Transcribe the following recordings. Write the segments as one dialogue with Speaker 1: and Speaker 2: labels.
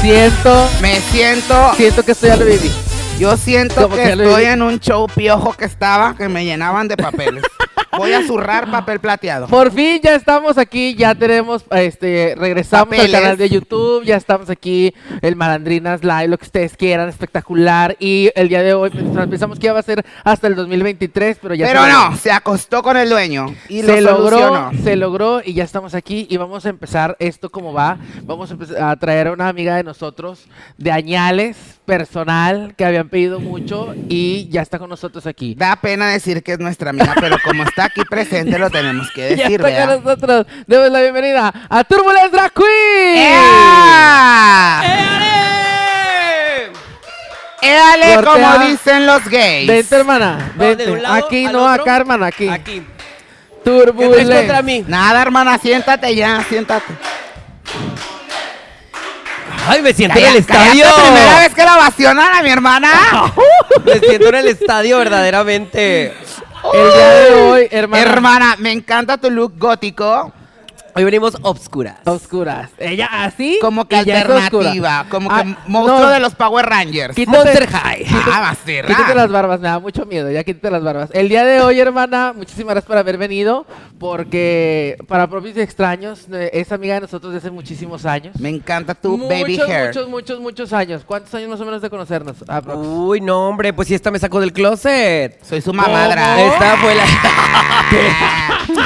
Speaker 1: siento,
Speaker 2: Me siento,
Speaker 1: siento que esto ya lo viví.
Speaker 2: yo siento
Speaker 1: Como
Speaker 2: que,
Speaker 1: que le-
Speaker 2: estoy en un show piojo que estaba, que me llenaban de papeles. Voy a zurrar papel plateado.
Speaker 1: Por fin ya estamos aquí, ya tenemos, este, regresamos
Speaker 2: Papeles.
Speaker 1: al canal de YouTube, ya estamos aquí, el Malandrinas Live, lo que ustedes quieran, espectacular. Y el día de hoy pues, pensamos que iba a ser hasta el 2023, pero ya
Speaker 2: Pero
Speaker 1: se-
Speaker 2: no, se acostó con el dueño y
Speaker 1: se
Speaker 2: lo
Speaker 1: logró,
Speaker 2: solucionó.
Speaker 1: se logró y ya estamos aquí y vamos a empezar esto como va. Vamos a, empe- a traer a una amiga de nosotros de Añales, personal, que habían pedido mucho y ya está con nosotros aquí.
Speaker 2: Da pena decir que es nuestra amiga, pero como está aquí presente lo tenemos que
Speaker 1: ya
Speaker 2: decir,
Speaker 1: está
Speaker 2: ¿verdad?
Speaker 1: con nosotros. Demos la bienvenida a Turbulence Drag Queen.
Speaker 2: ¡Ea! ¡Éale!
Speaker 1: Cortea.
Speaker 2: como dicen los gays.
Speaker 1: Vente, hermana.
Speaker 3: Vamos
Speaker 1: Vente.
Speaker 3: de un lado
Speaker 1: aquí,
Speaker 3: al
Speaker 1: no,
Speaker 3: otro.
Speaker 1: acá, hermana, aquí.
Speaker 3: Aquí. ¿Qué traes contra
Speaker 1: Turbulence.
Speaker 3: mí?
Speaker 2: Nada, hermana, siéntate ya, siéntate.
Speaker 3: Ay, me siento en
Speaker 2: Calla-
Speaker 3: el
Speaker 2: cállate,
Speaker 3: estadio.
Speaker 2: primera vez que la vacionan a mi hermana.
Speaker 3: Me siento en el estadio verdaderamente.
Speaker 1: El día de hoy, hermana.
Speaker 2: hermana, me encanta tu look gótico.
Speaker 3: Hoy venimos obscuras.
Speaker 1: Oscuras. Ella así.
Speaker 2: Como que
Speaker 1: y ya está oscura.
Speaker 2: alternativa, como que
Speaker 1: Ah,
Speaker 2: monstruo
Speaker 1: no.
Speaker 2: de los Power Rangers.
Speaker 1: Quítate-
Speaker 3: Monster High.
Speaker 2: Ah, Basterra.
Speaker 1: Quítate las barbas, me da mucho miedo, ya quítate las barbas. El día de hoy, hermana, muchísimas gracias por haber venido, porque para propios y extraños, eh, es amiga de nosotros desde hace muchísimos años.
Speaker 2: Me encanta tu
Speaker 1: muchos,
Speaker 2: baby hair.
Speaker 1: muchos, muchos, muchos años. ¿Cuántos años más o menos de conocernos? aprox?
Speaker 3: Uy, no, hombre, pues si esta me sacó del closet. Oh,
Speaker 2: Soy su mamadra.
Speaker 1: Oh,
Speaker 3: Esta fue la.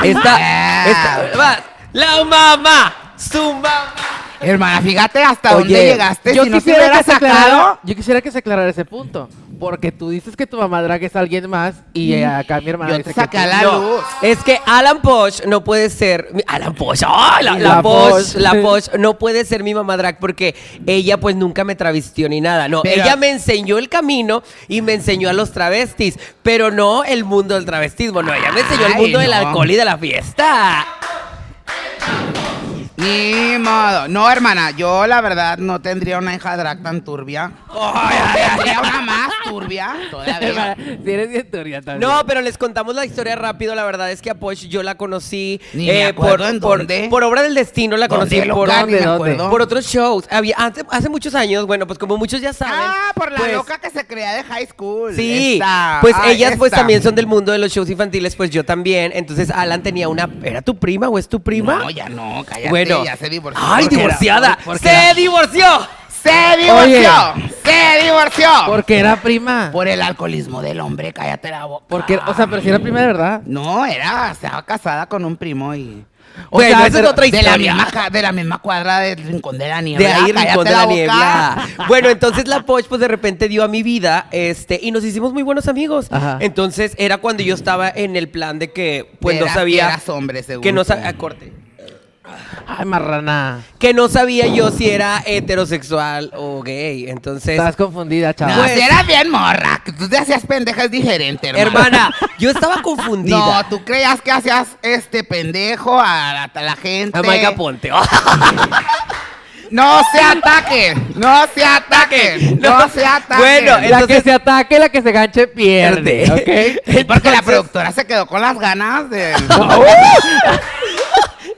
Speaker 3: esta. esta va, la mamá. Su mamá.
Speaker 2: Hermana, fíjate hasta
Speaker 3: Oye,
Speaker 2: dónde llegaste.
Speaker 1: Yo
Speaker 2: si no te
Speaker 1: quisiera,
Speaker 2: hubiera
Speaker 1: que se aclarara,
Speaker 2: sacado.
Speaker 1: yo quisiera que se aclarara ese punto, porque tú dices que tu mamá drag es alguien más y eh, acá mi hermana
Speaker 2: Mm. Yo
Speaker 1: dice
Speaker 2: te
Speaker 1: que
Speaker 2: saqué
Speaker 1: tú-
Speaker 2: a la
Speaker 3: No,
Speaker 2: luz.
Speaker 3: Es que Alan Posh no puede ser. mi- Alan Posh, ¡ah! la,
Speaker 1: La
Speaker 3: la Posh,
Speaker 1: Posh.
Speaker 3: la Posh no puede ser mi mamá drag porque ella pues nunca me travistió ni nada. No,
Speaker 2: Pero-
Speaker 3: ella me enseñó el camino y me enseñó a los travestis, pero no el mundo del travestismo. No, ella me enseñó el
Speaker 2: Ay,
Speaker 3: mundo del
Speaker 2: no.
Speaker 3: alcohol y de la fiesta.
Speaker 2: Ni modo. No, hermana, yo la verdad no tendría una hija drag tan turbia. Tendría una más turbia todavía.
Speaker 1: Hermana, si eres bien turbia también.
Speaker 3: No, pero les contamos la historia rápido. La verdad es que a Posh yo la conocí eh,
Speaker 2: Ni me acuerdo
Speaker 3: por,
Speaker 2: en
Speaker 3: por-
Speaker 2: dónde.
Speaker 3: por obra del destino. La conocí
Speaker 2: ¿Dónde,
Speaker 3: por,
Speaker 2: loca? Ni me
Speaker 1: dónde?
Speaker 2: acuerdo.
Speaker 3: por otros shows. Había, hace, hace muchos años, bueno, pues como muchos ya saben.
Speaker 2: Ah, por la
Speaker 3: pues,
Speaker 2: loca que se creía de high school.
Speaker 3: Sí,
Speaker 2: Esta.
Speaker 3: pues
Speaker 2: Ay,
Speaker 3: ellas pues
Speaker 2: esta.
Speaker 3: también son del mundo de los shows infantiles, pues yo también. Entonces Alan tenía una, ¿era tu prima o es tu prima?
Speaker 2: No, ya no, cállate.
Speaker 3: bueno,
Speaker 2: ya se divorció.
Speaker 3: Ay,
Speaker 2: Porque era-
Speaker 3: divorciada.
Speaker 1: por- porque
Speaker 3: se
Speaker 1: era-
Speaker 3: divorció.
Speaker 2: Se divorció. Se divorció. Por,
Speaker 1: Porque era prima.
Speaker 2: el alcoholismo del hombre, cállate la boca.
Speaker 1: Porque, o sea, pero si era prima de verdad.
Speaker 2: No, era, estaba casada con un primo y.
Speaker 3: O Bueno, sea, esa es
Speaker 2: pero-
Speaker 3: otra
Speaker 2: De la,
Speaker 3: historia.
Speaker 2: misma, ca- de la misma cuadra del Rincón de la Niebla.
Speaker 3: De ahí rincón
Speaker 2: cállate
Speaker 3: de la
Speaker 2: boca.
Speaker 3: niebla. Bueno, entonces la Poch pues de repente dio a mi vida, este, y nos hicimos muy buenos amigos.
Speaker 1: Ajá.
Speaker 3: Entonces era cuando yo estaba en el plan de que pues
Speaker 2: Era-
Speaker 3: no sabía
Speaker 2: eras hombre, según
Speaker 3: que no
Speaker 2: tú.
Speaker 3: sabía corte.
Speaker 1: Ay, marrana.
Speaker 3: Que no sabía yo si era heterosexual o gay. Entonces,
Speaker 1: Estás confundida,
Speaker 2: No,
Speaker 1: chaval.
Speaker 3: Pues-
Speaker 2: si eras bien morra. que Tú te hacías pendejas diferente, hermana.
Speaker 3: hermana, yo estaba confundida.
Speaker 2: No, tú creías que hacías este pendejo a la, a la gente.
Speaker 3: A Maica Ponte.
Speaker 2: No se ataque. No se ataque. No,
Speaker 3: No.
Speaker 2: se ataque.
Speaker 3: Bueno,
Speaker 1: la
Speaker 3: entonces-
Speaker 1: que se ataque, la que se ganche, pierde.
Speaker 3: Pierde.
Speaker 1: ¿ok?
Speaker 2: Sí, porque la
Speaker 3: entonces-
Speaker 2: productora se quedó con las ganas de.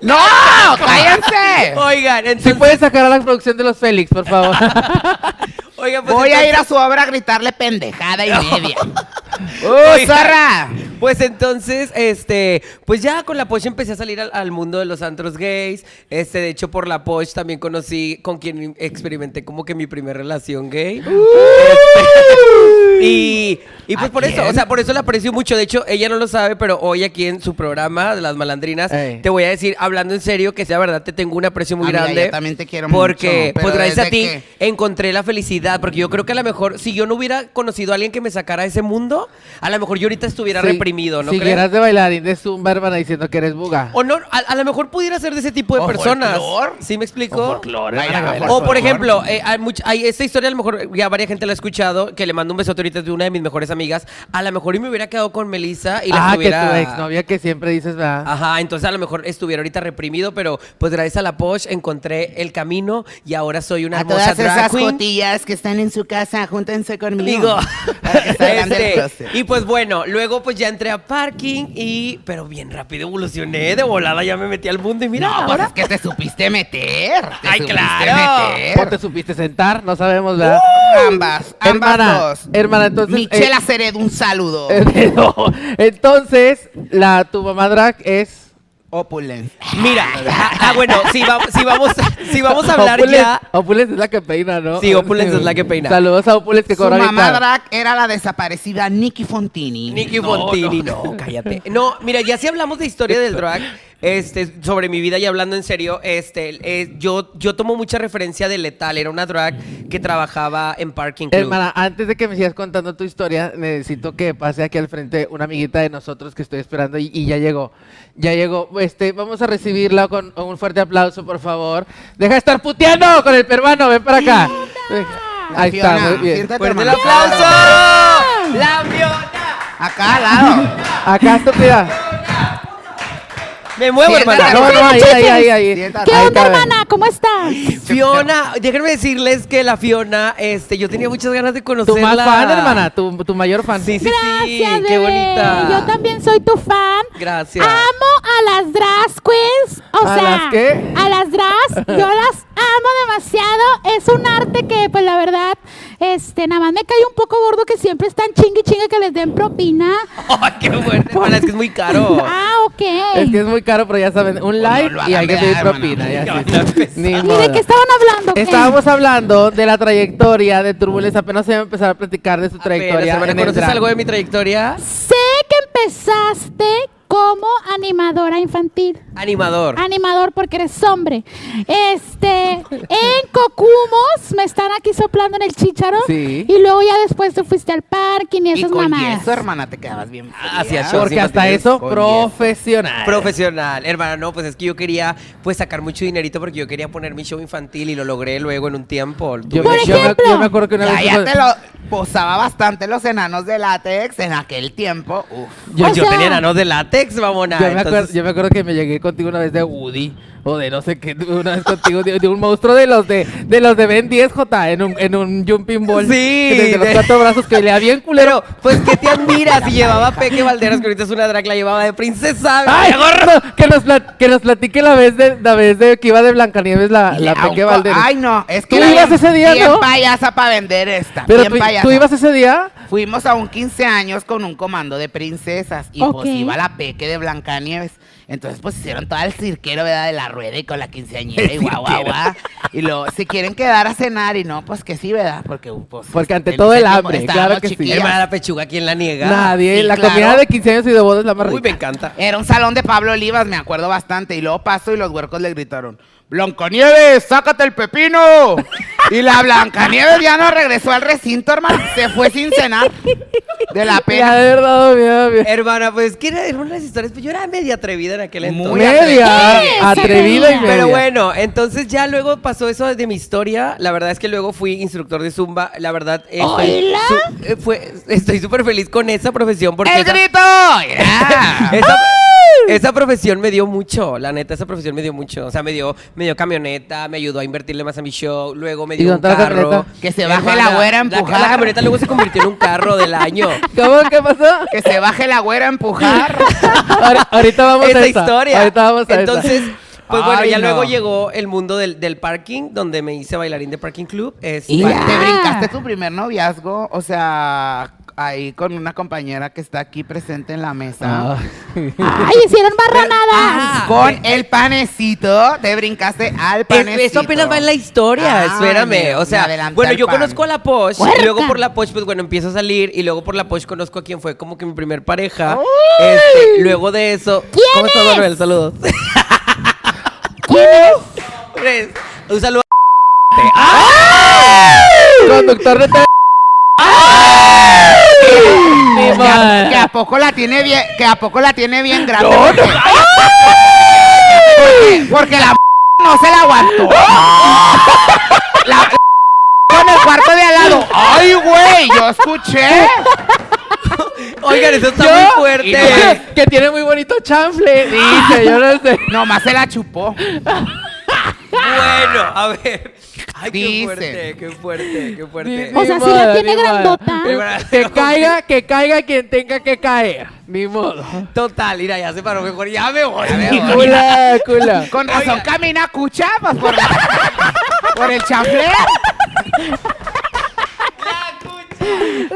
Speaker 2: ¡No! ¡Cállense!
Speaker 3: Oigan,
Speaker 1: Si
Speaker 3: entonces,
Speaker 2: pues,
Speaker 1: puedes sacar a la producción de los Félix, por favor.
Speaker 3: oigan, pues,
Speaker 2: Voy a ir
Speaker 3: entonces-
Speaker 2: a su obra a gritarle pendejada y media. ¡Uh,
Speaker 3: Oiga.
Speaker 2: zorra!
Speaker 3: Pues entonces, este, pues ya con la Posh empecé a salir al, al mundo de los antros gays. Este, de hecho, por la Posh también conocí con quien experimenté como que mi primera relación gay. Este, y, y
Speaker 2: ¡Uh!
Speaker 3: pues
Speaker 2: ¿A
Speaker 3: por eso,
Speaker 2: quién?
Speaker 3: o sea, por eso la aprecio mucho. De hecho, ella no lo sabe, pero hoy aquí en su programa de las malandrinas,
Speaker 1: Ey.
Speaker 3: te voy a decir, hablando en serio, que sea verdad, te tengo un aprecio muy
Speaker 2: Amiga,
Speaker 3: grande.
Speaker 2: yo también te quiero mucho,
Speaker 3: Porque,
Speaker 2: pero
Speaker 3: pues gracias
Speaker 2: desde
Speaker 3: a ti,
Speaker 2: que-
Speaker 3: encontré la felicidad, porque yo creo que a lo mejor, si yo no hubiera conocido a alguien que me sacara de ese mundo, a lo mejor yo ahorita estuviera
Speaker 1: Sí,
Speaker 3: reprimido, ¿no
Speaker 1: Siguieras
Speaker 3: crees?
Speaker 1: de bailarín de Zumba, hermana, diciendo que eres buga.
Speaker 3: O no, a, a lo mejor pudiera ser de ese tipo de
Speaker 2: O
Speaker 3: personas.
Speaker 2: folclor.
Speaker 3: ¿Sí me
Speaker 2: O
Speaker 3: explico?
Speaker 2: folclor,
Speaker 3: Ay,
Speaker 2: hermana,
Speaker 3: ajá.
Speaker 2: que baila
Speaker 3: o por
Speaker 2: folclor.
Speaker 3: ejemplo, eh, hay much- hay- esta historia a lo mejor ya varias gente la ha escuchado, que le mando un besote ahorita es de una de mis mejores amigas, a lo mejor y me hubiera quedado con Melissa y la
Speaker 1: ah,
Speaker 3: tuviera...
Speaker 1: que tu exnovia que siempre dices, ¿verdad?
Speaker 3: Ajá, entonces a lo mejor estuviera ahorita reprimido, pero pues gracias a la Posh encontré el camino y ahora soy una
Speaker 1: Ah,
Speaker 2: A
Speaker 3: hermosa
Speaker 2: todas
Speaker 3: drag
Speaker 2: esas
Speaker 3: queen.
Speaker 2: cotillas que están en su casa, júntense conmigo.
Speaker 3: Digo,
Speaker 2: Para que salgan del
Speaker 3: este,
Speaker 2: closet.
Speaker 3: y pues bueno, luego pues ya entré a parking y, pero bien rápido evolucioné, de volada ya me metí al mundo y mira,
Speaker 2: No, pues
Speaker 3: ahora
Speaker 2: es que te supiste meter. Te
Speaker 3: Ay,
Speaker 2: supiste
Speaker 3: claro.
Speaker 2: meter.
Speaker 1: ¿O te supiste sentar? No sabemos, ¿verdad?
Speaker 2: Ambas, ambas
Speaker 1: hermana,
Speaker 2: dos.
Speaker 1: hermana, entonces... eh,
Speaker 2: Michela Cered, un saludo.
Speaker 1: eh, no. Entonces, la, tu mamá drag es...
Speaker 2: Opulence.
Speaker 3: Mira, ah, bueno, si, va- si vamos, si vamos a hablar
Speaker 1: Opulence-
Speaker 3: ya.
Speaker 1: Opulence es la que peina, ¿no?
Speaker 3: Sí, Opulence es la que peina.
Speaker 1: Saludos a Opulence que
Speaker 2: Su
Speaker 1: cobra bien
Speaker 2: mamá
Speaker 1: caro.
Speaker 2: drag era la desaparecida Nikki Fontini.
Speaker 3: Nicky Fontini, no, cállate. No, mira, ya si hablamos de historia del drag, este, sobre mi vida y hablando en serio, este, eh, yo, yo tomo mucha referencia de Letal, era una drag que trabajaba en Parking Club.
Speaker 1: Hermana, antes de que me sigas contando tu historia, necesito que pase aquí al frente una amiguita de nosotros que estoy esperando y, y ya llegó. Ya llegó. Este, vamos a recibirla con un fuerte aplauso, por favor. Deja de estar puteando con el peruano, ven para acá. Ahí está,
Speaker 2: Fiona,
Speaker 1: muy bien.
Speaker 2: siéntate,
Speaker 3: ¡Fuerte el
Speaker 2: hermana.
Speaker 3: aplauso! ¡La Fiona!
Speaker 2: Acá al lado.
Speaker 1: Acá, estúpida.
Speaker 3: Me muevo,
Speaker 2: Siéntate,
Speaker 3: hermana.
Speaker 1: No, no, ahí, ahí, ahí, ahí.
Speaker 2: Siéntate.
Speaker 4: ¿Qué
Speaker 1: Ahí
Speaker 4: onda,
Speaker 1: está, ven.
Speaker 4: hermana? ¿Cómo estás?
Speaker 3: Fiona, déjenme decirles que la Fiona, este, yo tenía muchas ganas de
Speaker 1: Tu
Speaker 3: conocerla.
Speaker 1: más fan, hermana, tu, tu mayor fan.
Speaker 3: Sí, sí, sí,
Speaker 4: Gracias,
Speaker 3: qué
Speaker 4: bebé.
Speaker 3: bonita.
Speaker 4: Yo también soy tu fan.
Speaker 3: Gracias.
Speaker 4: Amo a las drag queens. O
Speaker 1: ¿A
Speaker 4: sea,
Speaker 1: las qué?
Speaker 4: a las drags. Yo las amo demasiado. Es un arte que, pues la verdad, este, nada más me cae un poco gordo que siempre están chingue y chingue que les den propina.
Speaker 3: Ay, qué bueno, hermana, es que es muy caro.
Speaker 4: ah, ok.
Speaker 1: Es que es muy caro, pero ya saben, un like
Speaker 2: lo
Speaker 1: y hay
Speaker 2: hagan,
Speaker 1: que pedir
Speaker 2: hermana.
Speaker 1: propina. ya
Speaker 3: Ya
Speaker 1: sí.
Speaker 3: van a empezar.
Speaker 1: Ni
Speaker 4: ¿Y de
Speaker 1: modo.
Speaker 4: qué estaban hablando? qué?
Speaker 1: Estábamos hablando de la trayectoria de Turbulence. Apenas se iba a empezar a platicar de su
Speaker 3: Apenas,
Speaker 1: trayectoria.
Speaker 3: hermana,
Speaker 1: en el
Speaker 3: ¿conoces
Speaker 1: drag.
Speaker 3: algo de mi trayectoria?
Speaker 4: Sé que empezaste como animadora infantil.
Speaker 3: Animador.
Speaker 4: Animador porque eres hombre. Este, en Cocumos me están aquí soplando en el chícharo.
Speaker 1: Sí.
Speaker 4: Y luego ya después tú fuiste al parking y
Speaker 2: Y
Speaker 4: esas
Speaker 2: con
Speaker 4: mamadas.
Speaker 2: eso, hermana, te quedabas bien.
Speaker 1: Ah,
Speaker 2: fría.
Speaker 3: Hacia show.
Speaker 1: Porque hasta
Speaker 3: Animaciones
Speaker 1: eso,
Speaker 2: con
Speaker 1: profesional.
Speaker 3: Ah, Profesional, hermana, no, pues es que yo quería pues sacar mucho dinerito porque yo quería poner mi show infantil y lo logré luego en un tiempo.
Speaker 1: yo,
Speaker 4: Por
Speaker 1: me- yo me-
Speaker 4: ejemplo.
Speaker 1: yo me acuerdo que una
Speaker 2: Ya,
Speaker 1: vez.
Speaker 2: ya te lo posaba bastante los enanos de látex en aquel tiempo. Uf.
Speaker 3: Yo,
Speaker 4: O
Speaker 3: yo
Speaker 4: sea-
Speaker 3: tenía enanos de látex, mamona.
Speaker 1: yo me,
Speaker 3: entonces-
Speaker 1: acuerdo, yo me acuerdo que me llegué contigo una vez de Woody o de no sé qué, una vez contigo de, de un monstruo de los de, de los de Ben 10 J en un, en un jumping ball.
Speaker 3: Sí,
Speaker 1: que Desde los
Speaker 3: de-
Speaker 1: cuatro brazos que le había bien culero.
Speaker 3: Pero, pues, ¿qué te admiras? Si llevaba a Peque Valderas, que ahorita es una drag, la llevaba de princesa.
Speaker 1: ¡Ay,
Speaker 3: ¿verdad?
Speaker 1: gordo! Que nos, plat- que nos platique la vez de, la vez de que iba de Blancanieves la, la
Speaker 2: Aunque-
Speaker 1: Peque Valderas.
Speaker 2: Ay, no, es que
Speaker 1: Tú
Speaker 2: era
Speaker 1: ibas
Speaker 2: bien-
Speaker 1: ese día,
Speaker 2: bien
Speaker 1: ¿no?
Speaker 2: payasa para vender esta.
Speaker 1: Pero
Speaker 2: bien
Speaker 1: tú,
Speaker 2: payasa.
Speaker 1: tú ibas ese día.
Speaker 2: Fuimos a un 15 años con un comando de princesas y
Speaker 4: Ok.
Speaker 2: pues iba la peque de Blancanieves. Entonces pues hicieron todo el cirquero, ¿verdad? De la rueda y con la quinceañera y guau, guau, guau. Y luego, si quieren quedar a cenar y no, pues que sí, ¿verdad? Porque, pues,
Speaker 1: Porque ante
Speaker 2: en
Speaker 1: todo
Speaker 2: ese
Speaker 1: el
Speaker 2: tiempo
Speaker 1: hambre,
Speaker 2: estábamos
Speaker 1: claro que sí.
Speaker 2: chiquillas.
Speaker 3: Hermana, la pechuga, ¿quién la niega?
Speaker 1: Nadie.
Speaker 2: sí,
Speaker 1: la
Speaker 2: claro.
Speaker 1: comida de 15 años y de bodas es la más
Speaker 3: Uy,
Speaker 1: rica.
Speaker 3: me encanta.
Speaker 2: Era un salón de Pablo Olivas, me acuerdo bastante. Y luego pasó y los huercos le gritaron: ¡Blancanieves, sácate el pepino! Y la Blancanieves ya no regresó al recinto, hermano. Se fue sin cenar. De la
Speaker 1: Ya,
Speaker 2: pena.
Speaker 1: de verdad, mira, mira.
Speaker 3: Hermana, pues, que era era una de las historias, pues yo era media atrevida en aquel
Speaker 2: Muy
Speaker 3: entonces.
Speaker 1: media,
Speaker 4: ¿Qué?
Speaker 1: atrevida y media.
Speaker 4: Pero
Speaker 3: Pero bueno, entonces ya luego pasó eso de mi historia. La verdad es que luego fui instructor de Zumba. La verdad, eh, estoy
Speaker 4: ¡Hola!
Speaker 3: su- eh, fue- estoy súper feliz con esa profesión porque...
Speaker 2: ¡El
Speaker 3: esa-
Speaker 2: grito! Ya.
Speaker 3: esa, esa profesión me dio mucho, la neta, esa profesión me dio mucho. O sea, me dio, me dio camioneta, me ayudó a invertirle más a mi show, luego me
Speaker 1: ¿Y
Speaker 3: dio un
Speaker 1: dónde está la
Speaker 3: carro.
Speaker 1: camioneta?
Speaker 2: Que se baje la güera a
Speaker 3: la-
Speaker 2: empujar.
Speaker 3: La, camioneta luego se convirtió en un carro del año.
Speaker 1: ¿Cómo? ¿Qué pasó?
Speaker 2: Que se baje la güera a empujar.
Speaker 1: Ahori- ahorita vamos
Speaker 3: esa
Speaker 1: a esa.
Speaker 3: historia.
Speaker 1: Ahorita vamos a
Speaker 3: Entonces,
Speaker 1: esa.
Speaker 3: pues bueno,
Speaker 2: Ay,
Speaker 3: ya
Speaker 2: no.
Speaker 3: luego llegó el mundo del, del parking, donde me hice bailarín de parking club. Este,
Speaker 2: Y
Speaker 4: Ya.
Speaker 2: te brincaste tu primer noviazgo, o sea, ahí con una compañera que está aquí presente en la mesa.
Speaker 1: Ah.
Speaker 4: Ay, hicieron barronadas.
Speaker 3: Ah,
Speaker 2: Con el panecito, te brincaste al
Speaker 3: Es-
Speaker 2: panecito.
Speaker 3: Eso apenas va en la historia,
Speaker 2: Ay,
Speaker 3: espérame.
Speaker 2: me-
Speaker 3: O
Speaker 2: me
Speaker 3: sea,
Speaker 2: adelanté
Speaker 3: bueno,
Speaker 2: al
Speaker 3: yo
Speaker 2: pan.
Speaker 3: conozco a la Posh, y
Speaker 4: ¡Puerca!
Speaker 3: luego por la Posh, pues bueno, empiezo a salir, y luego por la Posh conozco a quien fue como que mi primer pareja. Este, luego de eso.
Speaker 4: ¿Quién
Speaker 3: ¿Cómo estás,
Speaker 4: es?
Speaker 3: Manuel? Saludos. ¿Quién es? Un saludo.
Speaker 1: Conductor de tele. Mi
Speaker 2: Que a,
Speaker 1: madre.
Speaker 2: que a poco la tiene bien, que a poco la tiene bien grande. porque, porque la no se la aguantó. La con el cuarto de al lado. ¡Ay, güey! Yo escuché.
Speaker 3: Oigan, eso está
Speaker 2: Yo-
Speaker 3: muy
Speaker 2: y
Speaker 3: fuerte.
Speaker 2: no-
Speaker 1: que tiene muy bonito chanfle, dice, yo no sé.
Speaker 2: Nomás se la chupó.
Speaker 3: Bueno, a ver. Ay, qué
Speaker 2: Dice.
Speaker 3: fuerte, qué fuerte, qué fuerte.
Speaker 1: Ni-
Speaker 4: O sea,
Speaker 1: ni
Speaker 4: sí la
Speaker 1: modo,
Speaker 4: tiene
Speaker 1: ni modo.
Speaker 4: grandota.
Speaker 1: Que caiga, que caiga quien tenga que caer. Ni modo.
Speaker 3: Total, mira, ya se paró mejor. Ya me voy.
Speaker 2: Ya me voy.
Speaker 1: Cula, cula.
Speaker 2: Con razón camina cucha, pues por, la- por el chaflé.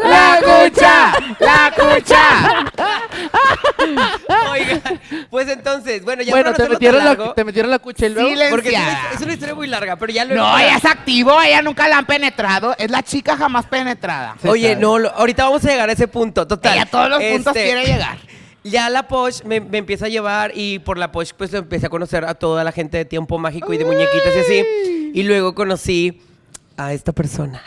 Speaker 2: La cucha, la cucha.
Speaker 3: Oigan, pues entonces, bueno, ya
Speaker 1: Bueno,
Speaker 3: para no
Speaker 1: te
Speaker 3: hacerlo
Speaker 1: metieron,
Speaker 3: tan
Speaker 1: la,
Speaker 3: largo,
Speaker 1: te metieron la cucha y luego.
Speaker 2: Sí, le-
Speaker 3: Porque es una,
Speaker 2: Ciencia.
Speaker 3: es una historia muy larga, pero ya lo
Speaker 2: No, ella es activo, ella nunca la han penetrado. Es la chica jamás penetrada.
Speaker 1: Sí,
Speaker 3: Oye,
Speaker 1: claro.
Speaker 3: no, lo- ahorita vamos a llegar a ese punto, total.
Speaker 2: Ella a todos los puntos
Speaker 3: Este,
Speaker 2: quiere llegar.
Speaker 3: Ya la Posh me, me empieza a llevar y por la Posh pues empecé a conocer a toda la gente de Tiempo Mágico y de Muñequitas y así. Y luego conocí a esta persona.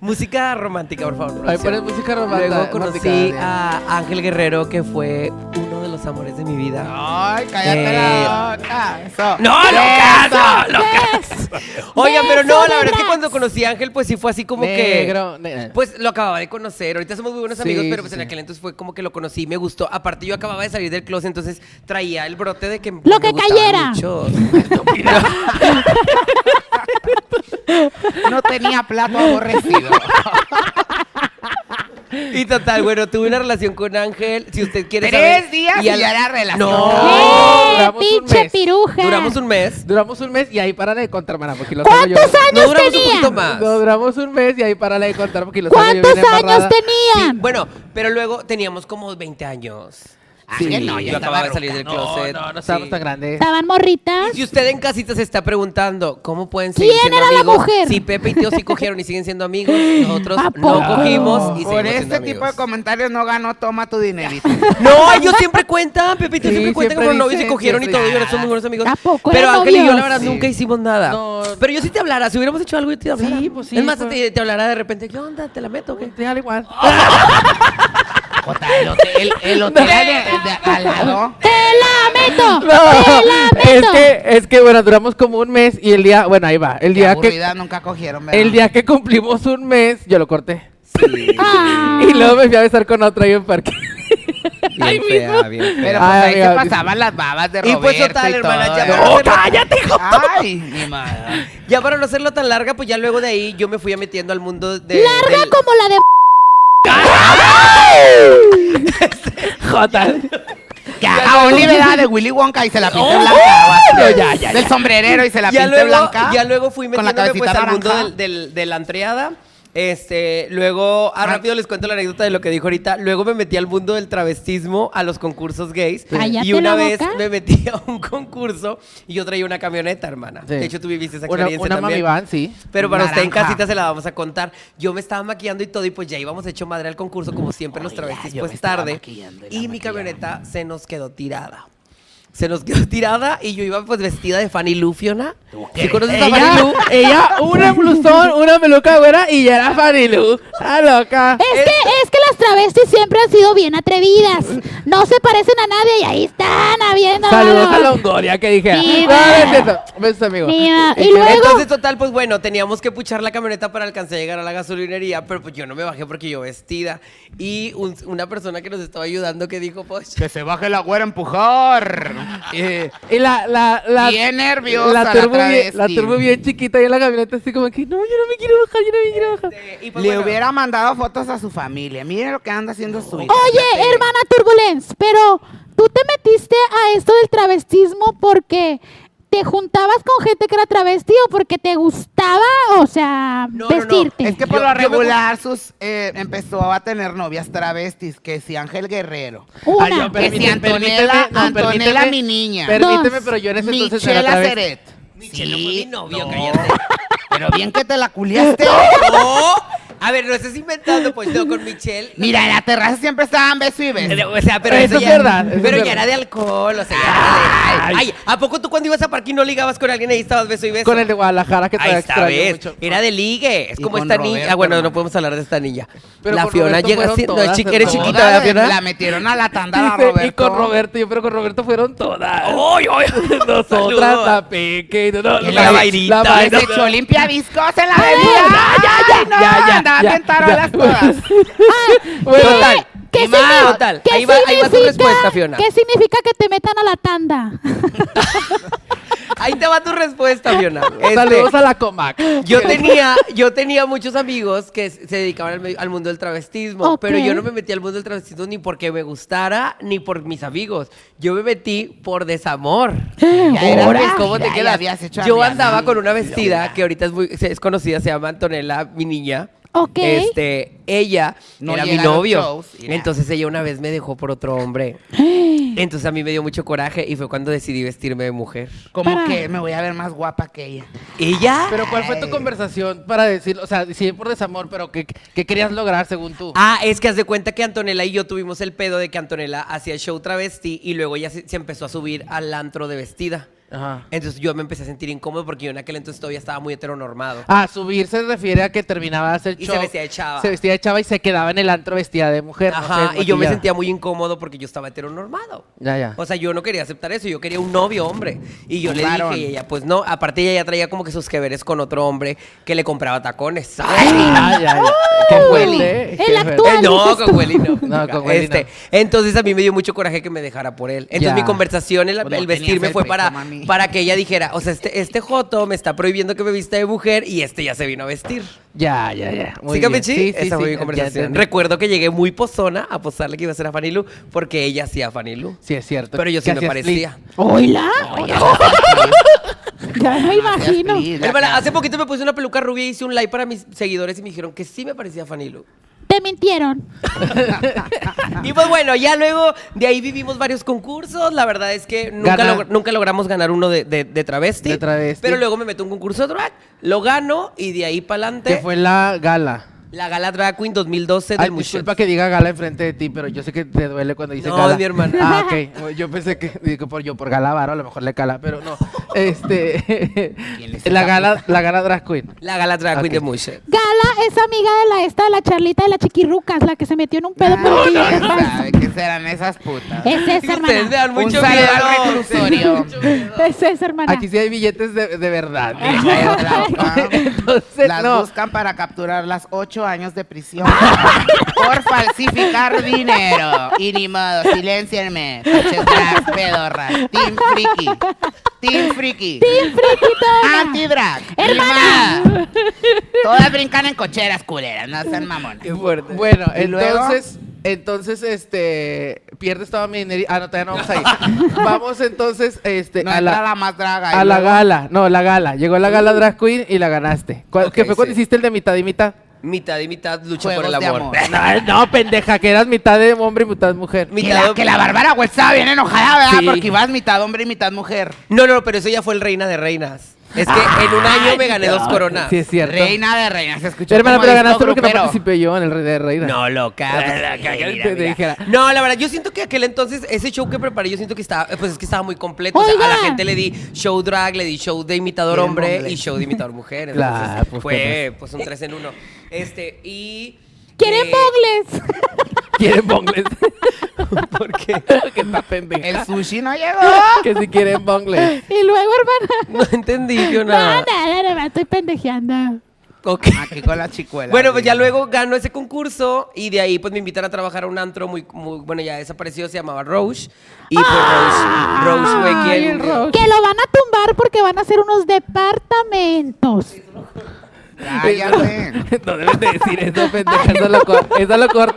Speaker 3: Música romántica, por favor.
Speaker 1: Ahí
Speaker 3: producción.
Speaker 1: pones música romántica.
Speaker 3: Luego
Speaker 1: romántica,
Speaker 3: conocí
Speaker 1: Daniel.
Speaker 3: a Ángel Guerrero, que fue uno de los amores de mi vida.
Speaker 2: Ay, cállate la boca. Ah. Eso.
Speaker 3: ¡No, loca! ¡No, loca!
Speaker 4: Yes.
Speaker 3: Oigan, pero no,
Speaker 4: Beso
Speaker 3: la
Speaker 4: de
Speaker 3: verdad es que
Speaker 4: Brax.
Speaker 3: cuando conocí a Ángel, pues sí fue así como
Speaker 1: Negro,
Speaker 3: que.
Speaker 1: negro.
Speaker 3: Pues lo acababa de conocer. Ahorita somos muy buenos
Speaker 1: Sí,
Speaker 3: amigos,
Speaker 1: sí,
Speaker 3: pero pues en
Speaker 1: sí.
Speaker 3: aquel entonces fue como que lo conocí, me gustó. Aparte, yo acababa de salir del closet, entonces traía el brote de que.
Speaker 4: Lo que cayera.
Speaker 2: No tenía plato aborrecido.
Speaker 3: Y total, bueno, tuve una relación con Ángel. Si usted quiere
Speaker 2: Tres
Speaker 3: saber.
Speaker 2: días y
Speaker 3: al-
Speaker 2: ya era relación.
Speaker 3: No.
Speaker 4: ¡Eh,
Speaker 1: duramos un
Speaker 4: pinche
Speaker 1: mes.
Speaker 4: piruja!
Speaker 3: Duramos un mes.
Speaker 1: pues, Duramos un mes y ahí para de contar, mana, porque lo tengo yo.
Speaker 4: ¿Cuántos
Speaker 3: No
Speaker 4: años
Speaker 3: duramos un poquito
Speaker 4: tenía?
Speaker 3: más.
Speaker 1: No, duramos un mes y ahí para de contar porque lo tengo yo bien
Speaker 4: ¿Cuántos años
Speaker 1: embarrada.
Speaker 4: tenía?
Speaker 3: Bueno, pero luego teníamos como 20 años.
Speaker 2: Ángel
Speaker 3: Sí,
Speaker 2: no, ya
Speaker 3: yo
Speaker 2: estaba
Speaker 3: acababa de salir
Speaker 2: ruca.
Speaker 3: del
Speaker 1: No,
Speaker 3: closet.
Speaker 1: No, no estábamos
Speaker 3: Sí.
Speaker 1: tan grandes.
Speaker 4: ¿Estaban morritas?
Speaker 3: Si usted en casita se está preguntando cómo pueden
Speaker 4: ¿Quién
Speaker 3: seguir siendo
Speaker 4: era la
Speaker 3: amigos,
Speaker 4: mujer?
Speaker 3: si Pepe y Tío sí cogieron y siguen siendo amigos, nosotros
Speaker 4: ¿A
Speaker 3: no
Speaker 4: poco?
Speaker 3: cogimos y seguimos
Speaker 2: Por
Speaker 3: siendo
Speaker 2: este
Speaker 3: amigos.
Speaker 2: tipo de comentarios no ganó, toma tu dinerito.
Speaker 3: No, ellos siempre cuentan, Pepe y Tío
Speaker 1: Sí,
Speaker 3: siempre cuentan
Speaker 1: siempre
Speaker 3: como novios y
Speaker 1: dicen,
Speaker 3: cogieron y
Speaker 1: siempre
Speaker 3: todo, y ahora
Speaker 1: dicen.
Speaker 3: somos buenos amigos.
Speaker 4: ¿A poco
Speaker 3: Pero
Speaker 4: eran
Speaker 3: Ángel y yo la
Speaker 4: novios?
Speaker 3: verdad
Speaker 1: Sí.
Speaker 3: nunca hicimos nada.
Speaker 1: No.
Speaker 3: Pero yo sí te hablara, si hubiéramos hecho algo yo te hablara.
Speaker 1: pues sí,
Speaker 3: Es más,
Speaker 1: pues.
Speaker 3: te, te hablara de repente, ¿qué onda? ¿Te la meto o qué?
Speaker 1: Déjalo igual.
Speaker 2: Jota, el hotel, el, el hotel de- de- al lado.
Speaker 4: ¡Te la
Speaker 1: No,
Speaker 4: meto! ¡Te la
Speaker 1: es
Speaker 4: meto!
Speaker 1: que, es que, bueno, duramos como un mes y el día, bueno, ahí va, el
Speaker 2: Qué
Speaker 1: día que,
Speaker 2: aburrida, nunca cogieron, ¿verdad?
Speaker 1: el día que cumplimos un mes, yo lo corté.
Speaker 3: Sí.
Speaker 4: Ah.
Speaker 1: Y luego me fui a besar con otra ahí en parque.
Speaker 3: Bien fea, bien
Speaker 2: Pero
Speaker 3: fea.
Speaker 2: pues
Speaker 1: Ay,
Speaker 2: ahí
Speaker 1: amiga,
Speaker 2: se pasaban las babas de
Speaker 3: Y
Speaker 2: Roberto
Speaker 3: pues total,
Speaker 2: y
Speaker 3: hermana,
Speaker 2: todo, ¡Oh,
Speaker 3: ya
Speaker 2: ¿verdad?
Speaker 3: no, cállate, hijo.
Speaker 2: Ay, mi madre.
Speaker 3: Ya para no hacerlo tan larga, pues ya luego de ahí yo me fui metiendo al mundo de.
Speaker 4: Larga
Speaker 3: del-
Speaker 4: como la de...
Speaker 1: Jota.
Speaker 2: Ya, a Olivera de Willy Wonka y se la pinté blanca. o así. Del sombrerero y se la
Speaker 3: ya
Speaker 2: pinté
Speaker 3: luego,
Speaker 2: blanca.
Speaker 3: Ya luego fui
Speaker 2: con la
Speaker 3: metiéndome pues,
Speaker 2: cabecita
Speaker 3: al mundo
Speaker 2: naranja.
Speaker 3: del, del- de la entreada. Este, luego, ah, rápido les cuento la anécdota de lo que dijo ahorita. Luego me metí al mundo del travestismo, a los concursos gays.
Speaker 4: Cállate
Speaker 3: Y una
Speaker 4: la
Speaker 3: vez
Speaker 4: boca.
Speaker 3: me metí a un concurso y yo traía una camioneta, hermana.
Speaker 1: Sí.
Speaker 3: De hecho, tú viviste esa
Speaker 1: Una,
Speaker 3: experiencia
Speaker 1: una mami
Speaker 3: también.
Speaker 1: van, sí.
Speaker 3: Pero para usted en
Speaker 2: Naranja.
Speaker 3: casita se la vamos a contar. Yo me estaba maquillando y todo, y pues ya íbamos hecho madre al concurso, como siempre los travestis,
Speaker 2: yo me
Speaker 3: pues
Speaker 2: estaba
Speaker 3: tarde.
Speaker 2: maquillando y la
Speaker 3: Y mi camioneta se nos quedó tirada. Se nos quedó tirada y yo iba pues vestida de Fanny Lu, Fiona. ¿Sí conoces a Fanny
Speaker 1: Ella,
Speaker 3: Lu?
Speaker 1: ella, una blusón, una peluca güera y ya era Fanilu. Ah, loca.
Speaker 4: Es que, es que las travestis siempre han sido bien atrevidas. No se parecen a nadie y ahí están habiendo...
Speaker 1: Saludos a Longoria que dije.
Speaker 4: Sí,
Speaker 1: no, no es
Speaker 4: va.
Speaker 1: cierto. Besos, amigo.
Speaker 4: Sí, va. Y
Speaker 1: que-
Speaker 4: luego-
Speaker 3: Entonces, total, pues bueno, teníamos que puchar la camioneta para alcanzar a llegar a la gasolinería, pero pues yo no me bajé porque yo vestida. Y un- una persona que nos estaba ayudando que dijo, pues...
Speaker 2: Que se baje la güera a empujar.
Speaker 1: Eh, y la, la, la,
Speaker 2: Bien nerviosa la
Speaker 1: turbo bien,
Speaker 2: travesti.
Speaker 1: la turbo bien chiquita y en la camioneta así como que no, yo no me quiero bajar, yo no me quiero bajar.
Speaker 3: este, y, pues,
Speaker 2: Le
Speaker 3: bueno,
Speaker 2: hubiera mandado fotos a su familia. Mire lo que anda haciendo su hija.
Speaker 4: Oye, eh. hermana Turbulence, pero tú te metiste a esto del travestismo porque te juntabas con gente que era travesti o porque te gustaba, o sea,
Speaker 3: No, no, no.
Speaker 4: vestirte.
Speaker 2: Es que por
Speaker 3: Yo-
Speaker 2: lo
Speaker 3: yo me
Speaker 2: regular sus eh, empezó a tener novias travestis, que si Ángel Guerrero.
Speaker 4: Una.
Speaker 1: Ay, yo,
Speaker 2: Que si
Speaker 1: permíteme,
Speaker 2: Antonella,
Speaker 1: permíteme, no,
Speaker 2: Antonella
Speaker 1: permíteme,
Speaker 2: mi niña.
Speaker 1: Permíteme,
Speaker 4: Dos.
Speaker 1: pero yo en ese entonces era
Speaker 2: Michela
Speaker 1: travesti.
Speaker 2: Ceret.
Speaker 3: Michela fue mi novio,
Speaker 2: no.
Speaker 3: cállate.
Speaker 2: Pero bien que te la culiaste.
Speaker 3: No, A ver, no estás inventando, pues no, con Michelle.
Speaker 2: Mira, en la terraza siempre estaban beso y beso.
Speaker 3: O sea, pero
Speaker 1: Eso
Speaker 3: eso
Speaker 1: es
Speaker 3: ya,
Speaker 1: verdad, eso es
Speaker 3: pero
Speaker 1: verdad.
Speaker 3: ya era de alcohol, o sea, ya era de- Ay, ¿a poco tú cuando ibas a parque y no ligabas con alguien ahí estabas beso y beso?
Speaker 1: Con el de Guadalajara que
Speaker 3: Ahí
Speaker 1: todavía
Speaker 3: está,
Speaker 1: extraño
Speaker 3: ¿ves?
Speaker 1: mucho.
Speaker 3: Era de ligue. Es
Speaker 2: Y
Speaker 3: como
Speaker 2: con
Speaker 3: esta
Speaker 2: Roberto,
Speaker 3: niña. Ah, bueno, no
Speaker 2: hermano.
Speaker 3: podemos hablar de esta niña.
Speaker 1: Pero
Speaker 3: la
Speaker 1: con
Speaker 3: Fiona
Speaker 1: Roberto
Speaker 3: llega
Speaker 1: fueron
Speaker 3: siendo.
Speaker 1: todas,
Speaker 3: eres
Speaker 1: hermano.
Speaker 3: chiquita,
Speaker 2: Todas
Speaker 3: ¿verdad,
Speaker 2: de-
Speaker 3: Fiona?
Speaker 2: La metieron a la tandada,
Speaker 1: Dice,
Speaker 2: Roberto.
Speaker 1: y con Roberto, yo pero con Roberto fueron todas.
Speaker 3: ¡Ay, ay!
Speaker 1: Nosotras,
Speaker 3: Saludos.
Speaker 1: la peque, no, no,
Speaker 3: Y la vainita,
Speaker 1: la
Speaker 2: Les
Speaker 1: vaina.
Speaker 2: echó limpia viscos en la bebida. Ya, ya, ya,
Speaker 1: ya,
Speaker 2: Andaban
Speaker 1: ya,
Speaker 2: bien
Speaker 1: ya.
Speaker 2: tarolas todas.
Speaker 1: Bueno,
Speaker 3: Total.
Speaker 4: ¿Qué,
Speaker 3: Y más,
Speaker 4: signi-
Speaker 3: total.
Speaker 4: qué
Speaker 3: Ahí va, ahí va tu
Speaker 4: significa-
Speaker 3: respuesta, Fiona.
Speaker 4: ¿Qué significa que te metan a la tanda?
Speaker 3: Ahí te va tu respuesta, Fiona. Este,
Speaker 1: Saludos a la Comac.
Speaker 3: Yo tenía, yo tenía muchos amigos que s- se dedicaban al, me- al mundo del travestismo,
Speaker 4: Ok.
Speaker 3: pero yo no me metí al mundo del travestismo ni porque me gustara, ni por mis amigos. Yo me metí por desamor. Ya era,
Speaker 2: ahora,
Speaker 3: pues, ¿cómo te
Speaker 2: mira, ya
Speaker 3: quedas?
Speaker 2: habías hecho a
Speaker 3: Yo
Speaker 2: mi
Speaker 3: andaba
Speaker 2: amiga.
Speaker 3: con una vestida que ahorita es muy se- es conocida, se llama Antonella, mi niña.
Speaker 4: Ok.
Speaker 3: Este, ella
Speaker 2: No
Speaker 3: era mi
Speaker 2: llega a los
Speaker 3: novio.
Speaker 2: shows, mira.
Speaker 3: Entonces ella una vez me dejó por otro hombre. Entonces a mí me dio mucho coraje y fue cuando decidí vestirme de mujer.
Speaker 2: Como
Speaker 4: Para.
Speaker 2: que me voy a ver más guapa que ella.
Speaker 3: ¿Ella?
Speaker 1: Pero ¿cuál fue tu
Speaker 2: Ay.
Speaker 1: conversación para decir, o sea, sí por desamor, pero ¿qué, qué querías lograr según tú?
Speaker 3: Ah, es que haz de cuenta que Antonella y yo tuvimos el pedo de que Antonella hacía el show travesti y luego ya se, se empezó a subir al antro de vestida.
Speaker 1: Ajá.
Speaker 3: Entonces yo me empecé a sentir incómodo porque yo en aquel entonces todavía estaba muy heteronormado.
Speaker 1: Ah, subir se refiere a que terminaba de hacer
Speaker 3: Y se
Speaker 1: show,
Speaker 3: vestía de chava.
Speaker 1: Se vestía de chava y se quedaba en el antro vestida de mujer. no
Speaker 3: Ajá,
Speaker 1: sé,
Speaker 3: y yo me
Speaker 1: maquillada.
Speaker 3: sentía muy incómodo porque yo estaba heteronormado.
Speaker 1: Ya, ya.
Speaker 3: O sea, yo no quería aceptar eso, yo quería un novio hombre. Y yo
Speaker 2: Un
Speaker 3: le
Speaker 2: varón.
Speaker 3: dije, y ella, pues no, aparte ella ya traía como que sus que veres con otro hombre que le compraba tacones.
Speaker 1: Ay, ay, ay. Qué fuerte.
Speaker 4: El
Speaker 1: qué fuerte.
Speaker 4: actual. ¿Cuál
Speaker 3: Eh, no,
Speaker 4: dices
Speaker 3: con
Speaker 4: tú?
Speaker 3: Welly no.
Speaker 1: No, con Welly
Speaker 3: Este,
Speaker 1: no.
Speaker 3: Entonces a mí me dio mucho coraje que me dejara por él. Entonces
Speaker 1: Ya.
Speaker 3: mi conversación, el,
Speaker 2: Pues no
Speaker 3: el
Speaker 2: tenías
Speaker 3: vestirme
Speaker 2: el
Speaker 3: fue
Speaker 2: peso,
Speaker 3: para,
Speaker 2: mami.
Speaker 3: para que ella dijera, o sea, este, este Joto me está prohibiendo que me vista de mujer y este ya se vino a vestir.
Speaker 1: Ya, ya, ya. Muy
Speaker 3: ¿Sí,
Speaker 1: bien.
Speaker 3: capichi?
Speaker 1: Sí, sí,
Speaker 3: Esa
Speaker 1: sí,
Speaker 3: fue mi
Speaker 1: ya
Speaker 3: conversación.
Speaker 1: entendí.
Speaker 3: Recuerdo que llegué muy pozona a posarle que iba a ser a Fanilu porque ella hacía a Fanilu.
Speaker 1: Sí, es cierto.
Speaker 3: Pero yo sí
Speaker 1: Que
Speaker 3: me
Speaker 1: hacías
Speaker 3: parecía.
Speaker 4: ¿Oila? ya me imagino.
Speaker 3: Hermana, hace poquito me puse una peluca rubia y hice un like para mis seguidores y me dijeron que sí me parecía a Fanilu.
Speaker 4: Te mintieron.
Speaker 1: Ah.
Speaker 3: Y pues bueno, ya luego de ahí vivimos varios concursos. La verdad es que nunca,
Speaker 1: Gana-
Speaker 3: log- nunca logramos ganar uno de, de- de travesti.
Speaker 1: De travesti.
Speaker 3: Pero luego me meto a un concurso de drag, lo gano y de ahí para
Speaker 1: Que
Speaker 3: adelante
Speaker 1: fue la gala.
Speaker 3: la gala Drag Queen 2012
Speaker 1: Ay,
Speaker 3: del Mushel.
Speaker 1: disculpa que diga gala enfrente de ti, pero yo sé que te duele cuando dice
Speaker 3: No,
Speaker 1: gala.
Speaker 3: es mi hermana.
Speaker 1: Ah, ok. Yo pensé que digo, por yo por gala varo, a lo mejor le cala, pero no. Este
Speaker 2: le hizo
Speaker 1: la
Speaker 2: la
Speaker 1: gala la gala drag queen.
Speaker 3: La gala Drag Queen
Speaker 1: Ok.
Speaker 3: de Mushel.
Speaker 4: Gala es amiga de la esta de la charlita de la chiquirrucas, la que se metió en un pedo por
Speaker 2: No,
Speaker 4: ti.
Speaker 2: no, no sabe qué serán esas putas.
Speaker 4: Es esa,
Speaker 3: Ustedes me
Speaker 4: hermana.
Speaker 3: dan mucho
Speaker 2: Un saludo al
Speaker 3: miedo.
Speaker 2: reclusorio.
Speaker 4: Es esa, hermana.
Speaker 1: Aquí sí hay billetes de, de verdad.
Speaker 2: Mira, la otra.
Speaker 1: Entonces,
Speaker 2: Las
Speaker 1: no.
Speaker 2: buscan para capturar las ocho años de prisión por falsificar dinero. Y ni modo, siléncienme. Pinches drags, pedorras. Team Friki. Team Friki.
Speaker 4: ¡Bien friquitona!
Speaker 2: Anti-drag.
Speaker 4: Hermana.
Speaker 2: Ni más. Todas brincan en cocheras culeras, no sean mamonas.
Speaker 3: Qué fuerte.
Speaker 1: Bueno,
Speaker 2: ¿Y luego?
Speaker 1: entonces, entonces, este, pierdes toda mi dinero. Ah, no, todavía no vamos ahí. vamos entonces, este,
Speaker 2: No
Speaker 1: a
Speaker 2: entra
Speaker 1: la,
Speaker 2: la más draga.
Speaker 1: a
Speaker 2: y
Speaker 1: Ah, la
Speaker 2: luego-
Speaker 1: gala. No, la gala. Llegó la gala drag queen y la ganaste. ¿Cuál-
Speaker 3: Ok,
Speaker 1: que fue cuando
Speaker 3: sí.
Speaker 1: hiciste el de mitad y mitad?
Speaker 3: Mitad y mitad lucha
Speaker 2: Juegos
Speaker 3: por el
Speaker 2: de
Speaker 3: amor.
Speaker 2: amor.
Speaker 1: No, no, pendeja, que eras mitad de hombre y mitad mujer.
Speaker 3: Mi-
Speaker 2: Que la, que la Bárbara güey, estaba bien enojada, ¿verdad?
Speaker 1: Sí.
Speaker 2: Porque ibas mitad hombre y mitad mujer.
Speaker 3: No, no, pero eso ya fue el reina de reinas. Es que en un año me gané dos coronas.
Speaker 1: Sí, es cierto.
Speaker 2: Reina de reinas, se escuchó
Speaker 1: Hermana,
Speaker 2: como
Speaker 1: pero
Speaker 2: disco
Speaker 1: ganaste porque no
Speaker 2: grupero.
Speaker 1: participé yo en el Rey de Reina.
Speaker 3: No, loca. pues,
Speaker 1: la
Speaker 3: mira,
Speaker 1: que
Speaker 3: mira,
Speaker 1: te
Speaker 3: mira.
Speaker 1: dijera.
Speaker 3: No, la verdad, yo siento que aquel entonces, ese show que preparé, yo siento que estaba, eh, pues es que estaba muy completo. O sea, a la
Speaker 4: Oiga.
Speaker 3: gente le di show drag, le di show de imitador
Speaker 2: Era
Speaker 3: hombre
Speaker 2: hombre.
Speaker 3: y show de imitador mujer.
Speaker 1: Claro,
Speaker 3: Entonces,
Speaker 1: pues, ¿qué
Speaker 3: fue pues un tres en uno. Este, y. eh,
Speaker 4: ¿Quieren bogles?
Speaker 1: ¿Quieren bongles?
Speaker 3: bongles? ¿Por qué?
Speaker 1: que está pendeja.
Speaker 2: El sushi no llegó.
Speaker 1: Que si quieren bongles.
Speaker 4: y luego, hermana.
Speaker 3: No entendí yo
Speaker 4: No,
Speaker 3: nada.
Speaker 4: no, no, no, estoy pendejeando.
Speaker 3: Ok.
Speaker 2: Aquí con la chicuela.
Speaker 3: Bueno, pues ya
Speaker 2: sí.
Speaker 3: luego gano ese concurso y de ahí pues me invitan a trabajar a un antro muy, muy bueno, ya desaparecido, se llamaba Roche. Y pues Roche, Roche fue
Speaker 1: ¡Ah! Ay,
Speaker 3: quien...
Speaker 1: el Roche.
Speaker 4: Que lo van a tumbar porque van a hacer unos departamentos.
Speaker 2: Cállate.
Speaker 1: No debes de decir eso, pendeja. Eso lo, cor- eso lo, cor-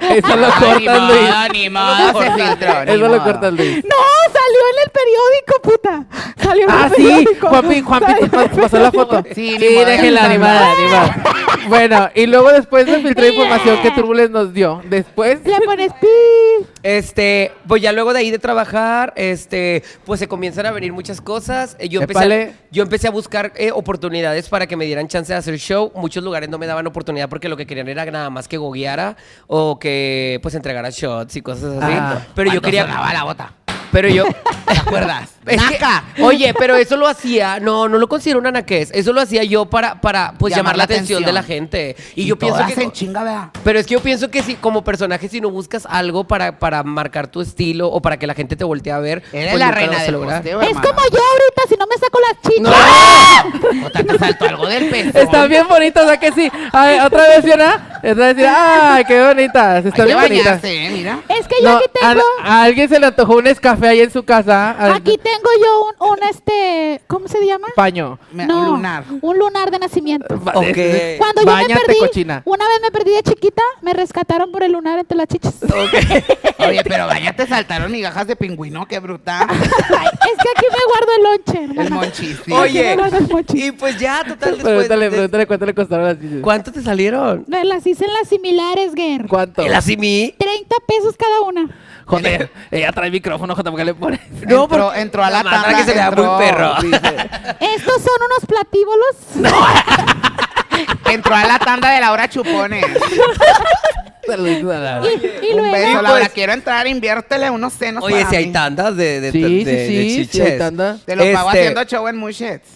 Speaker 1: eso lo
Speaker 2: Ay,
Speaker 1: cortan,
Speaker 2: ni
Speaker 1: Luis.
Speaker 2: modo, ni modo, se filtró. ni
Speaker 1: Eso lo
Speaker 2: modo.
Speaker 1: cortan, Luis.
Speaker 4: No, salió en el periódico, puta. Salió en
Speaker 1: Ah,
Speaker 4: el
Speaker 1: sí.
Speaker 4: periódico.
Speaker 1: Juanpi, Juanpi,
Speaker 4: Salió
Speaker 1: te
Speaker 4: en el
Speaker 1: pas- pasó la foto.
Speaker 2: Sí, ni modo,
Speaker 1: déjela
Speaker 2: ni
Speaker 1: animada,
Speaker 2: modo.
Speaker 1: animada. Bueno, y luego después de filtrar
Speaker 4: Yeah.
Speaker 1: información que Turbulence nos dio, después
Speaker 4: Le pones pi.
Speaker 3: Este, pues ya luego de ahí de trabajar, este, pues se comienzan a venir muchas cosas. Eh, Yo empecé,
Speaker 1: Épale.
Speaker 3: a, yo empecé a buscar eh, oportunidades para que me dieran chance de hacer show. Muchos lugares no me daban oportunidad porque lo que querían era nada más que gogueara o que pues entregara shots y cosas así.
Speaker 1: Ah.
Speaker 3: pero yo
Speaker 2: Cuando
Speaker 3: quería.
Speaker 2: sonaba la bota.
Speaker 3: Pero yo.
Speaker 2: ¿Te acuerdas?
Speaker 3: Es que-
Speaker 2: Naca.
Speaker 3: oye, pero eso lo hacía, no, no lo considero una naquez. Eso lo hacía yo para, para pues llamar, la atención, de la gente. Y, yo pienso
Speaker 2: todas
Speaker 3: que.
Speaker 2: en chinga, vea.
Speaker 3: Pero es que yo pienso que si como personaje, si no buscas algo para, para marcar tu estilo o para que la gente te voltee a ver,
Speaker 2: Eres
Speaker 3: pues
Speaker 2: la
Speaker 3: nunca lo vas
Speaker 2: reina
Speaker 3: a
Speaker 2: del
Speaker 3: lograr.
Speaker 2: posteo,
Speaker 4: Es
Speaker 2: hermana.
Speaker 4: como yo ahorita, si no me saco las chichas.
Speaker 2: O sea, te saltó algo del peso.
Speaker 1: están bien bonitas, o sea que sí. A ver, otra vez, Fiona. Otra vez, Fiona. Ay, qué bonitas.
Speaker 2: Hay
Speaker 1: Están
Speaker 2: que
Speaker 1: bien bonitas.
Speaker 2: bañarse, eh, mira.
Speaker 4: Es que yo
Speaker 1: No,
Speaker 4: aquí
Speaker 1: a,
Speaker 4: tengo.
Speaker 1: a alguien se le antojó un escafé ahí en su casa. al-
Speaker 4: Aquí tengo yo un, un, este. ¿Cómo se llama?
Speaker 1: Paño.
Speaker 2: Me-
Speaker 4: No,
Speaker 2: Lunar. eh,
Speaker 4: Un lunar de nacimiento.
Speaker 3: Ok.
Speaker 4: Cuando yo
Speaker 1: Báñate,
Speaker 4: me perdí,
Speaker 1: cochina.
Speaker 4: una vez me perdí de chiquita, me rescataron por el lunar entre las chichas.
Speaker 2: Oye, pero vaya, te saltaron migajas de pingüino, qué brutal.
Speaker 4: Ay, es que aquí me guardo el lonche.
Speaker 2: El
Speaker 4: hermana.
Speaker 2: monchis.
Speaker 4: Oye.
Speaker 3: Oye,
Speaker 4: no lo hagas mucho.
Speaker 3: y pues ya, total, después...
Speaker 1: Pregúntale,
Speaker 3: de-
Speaker 1: pregúntale cuánto le costaron las chichis.
Speaker 3: ¿Cuánto te salieron?
Speaker 4: Me Las hice en las similares, Guer.
Speaker 1: ¿Cuánto?
Speaker 3: ¿El Asimi?
Speaker 4: 30 pesos cada una.
Speaker 1: Joder, ella trae micrófono, Jota, ¿por qué le pones?
Speaker 2: No, entró, entró a la
Speaker 3: madre
Speaker 2: tanda.
Speaker 3: que se le da muy
Speaker 2: entró,
Speaker 3: perro.
Speaker 2: dice.
Speaker 4: Estos son unos platíbolos.
Speaker 2: Entró a la tanda de Laura Chupones.
Speaker 1: Saludos a la-
Speaker 4: Y, y
Speaker 2: Un beso,
Speaker 4: luego.
Speaker 2: Laura.
Speaker 3: Pues-
Speaker 2: Quiero entrar, inviértele unos senos
Speaker 3: Oye,
Speaker 2: para
Speaker 3: si hay
Speaker 2: mí.
Speaker 3: tandas de, de,
Speaker 1: Sí,
Speaker 3: de- de-
Speaker 1: sí,
Speaker 3: de
Speaker 1: sí, sí hay
Speaker 3: chiches.
Speaker 1: tanda.
Speaker 2: Te lo pago
Speaker 3: Este,
Speaker 2: haciendo show en Mushets.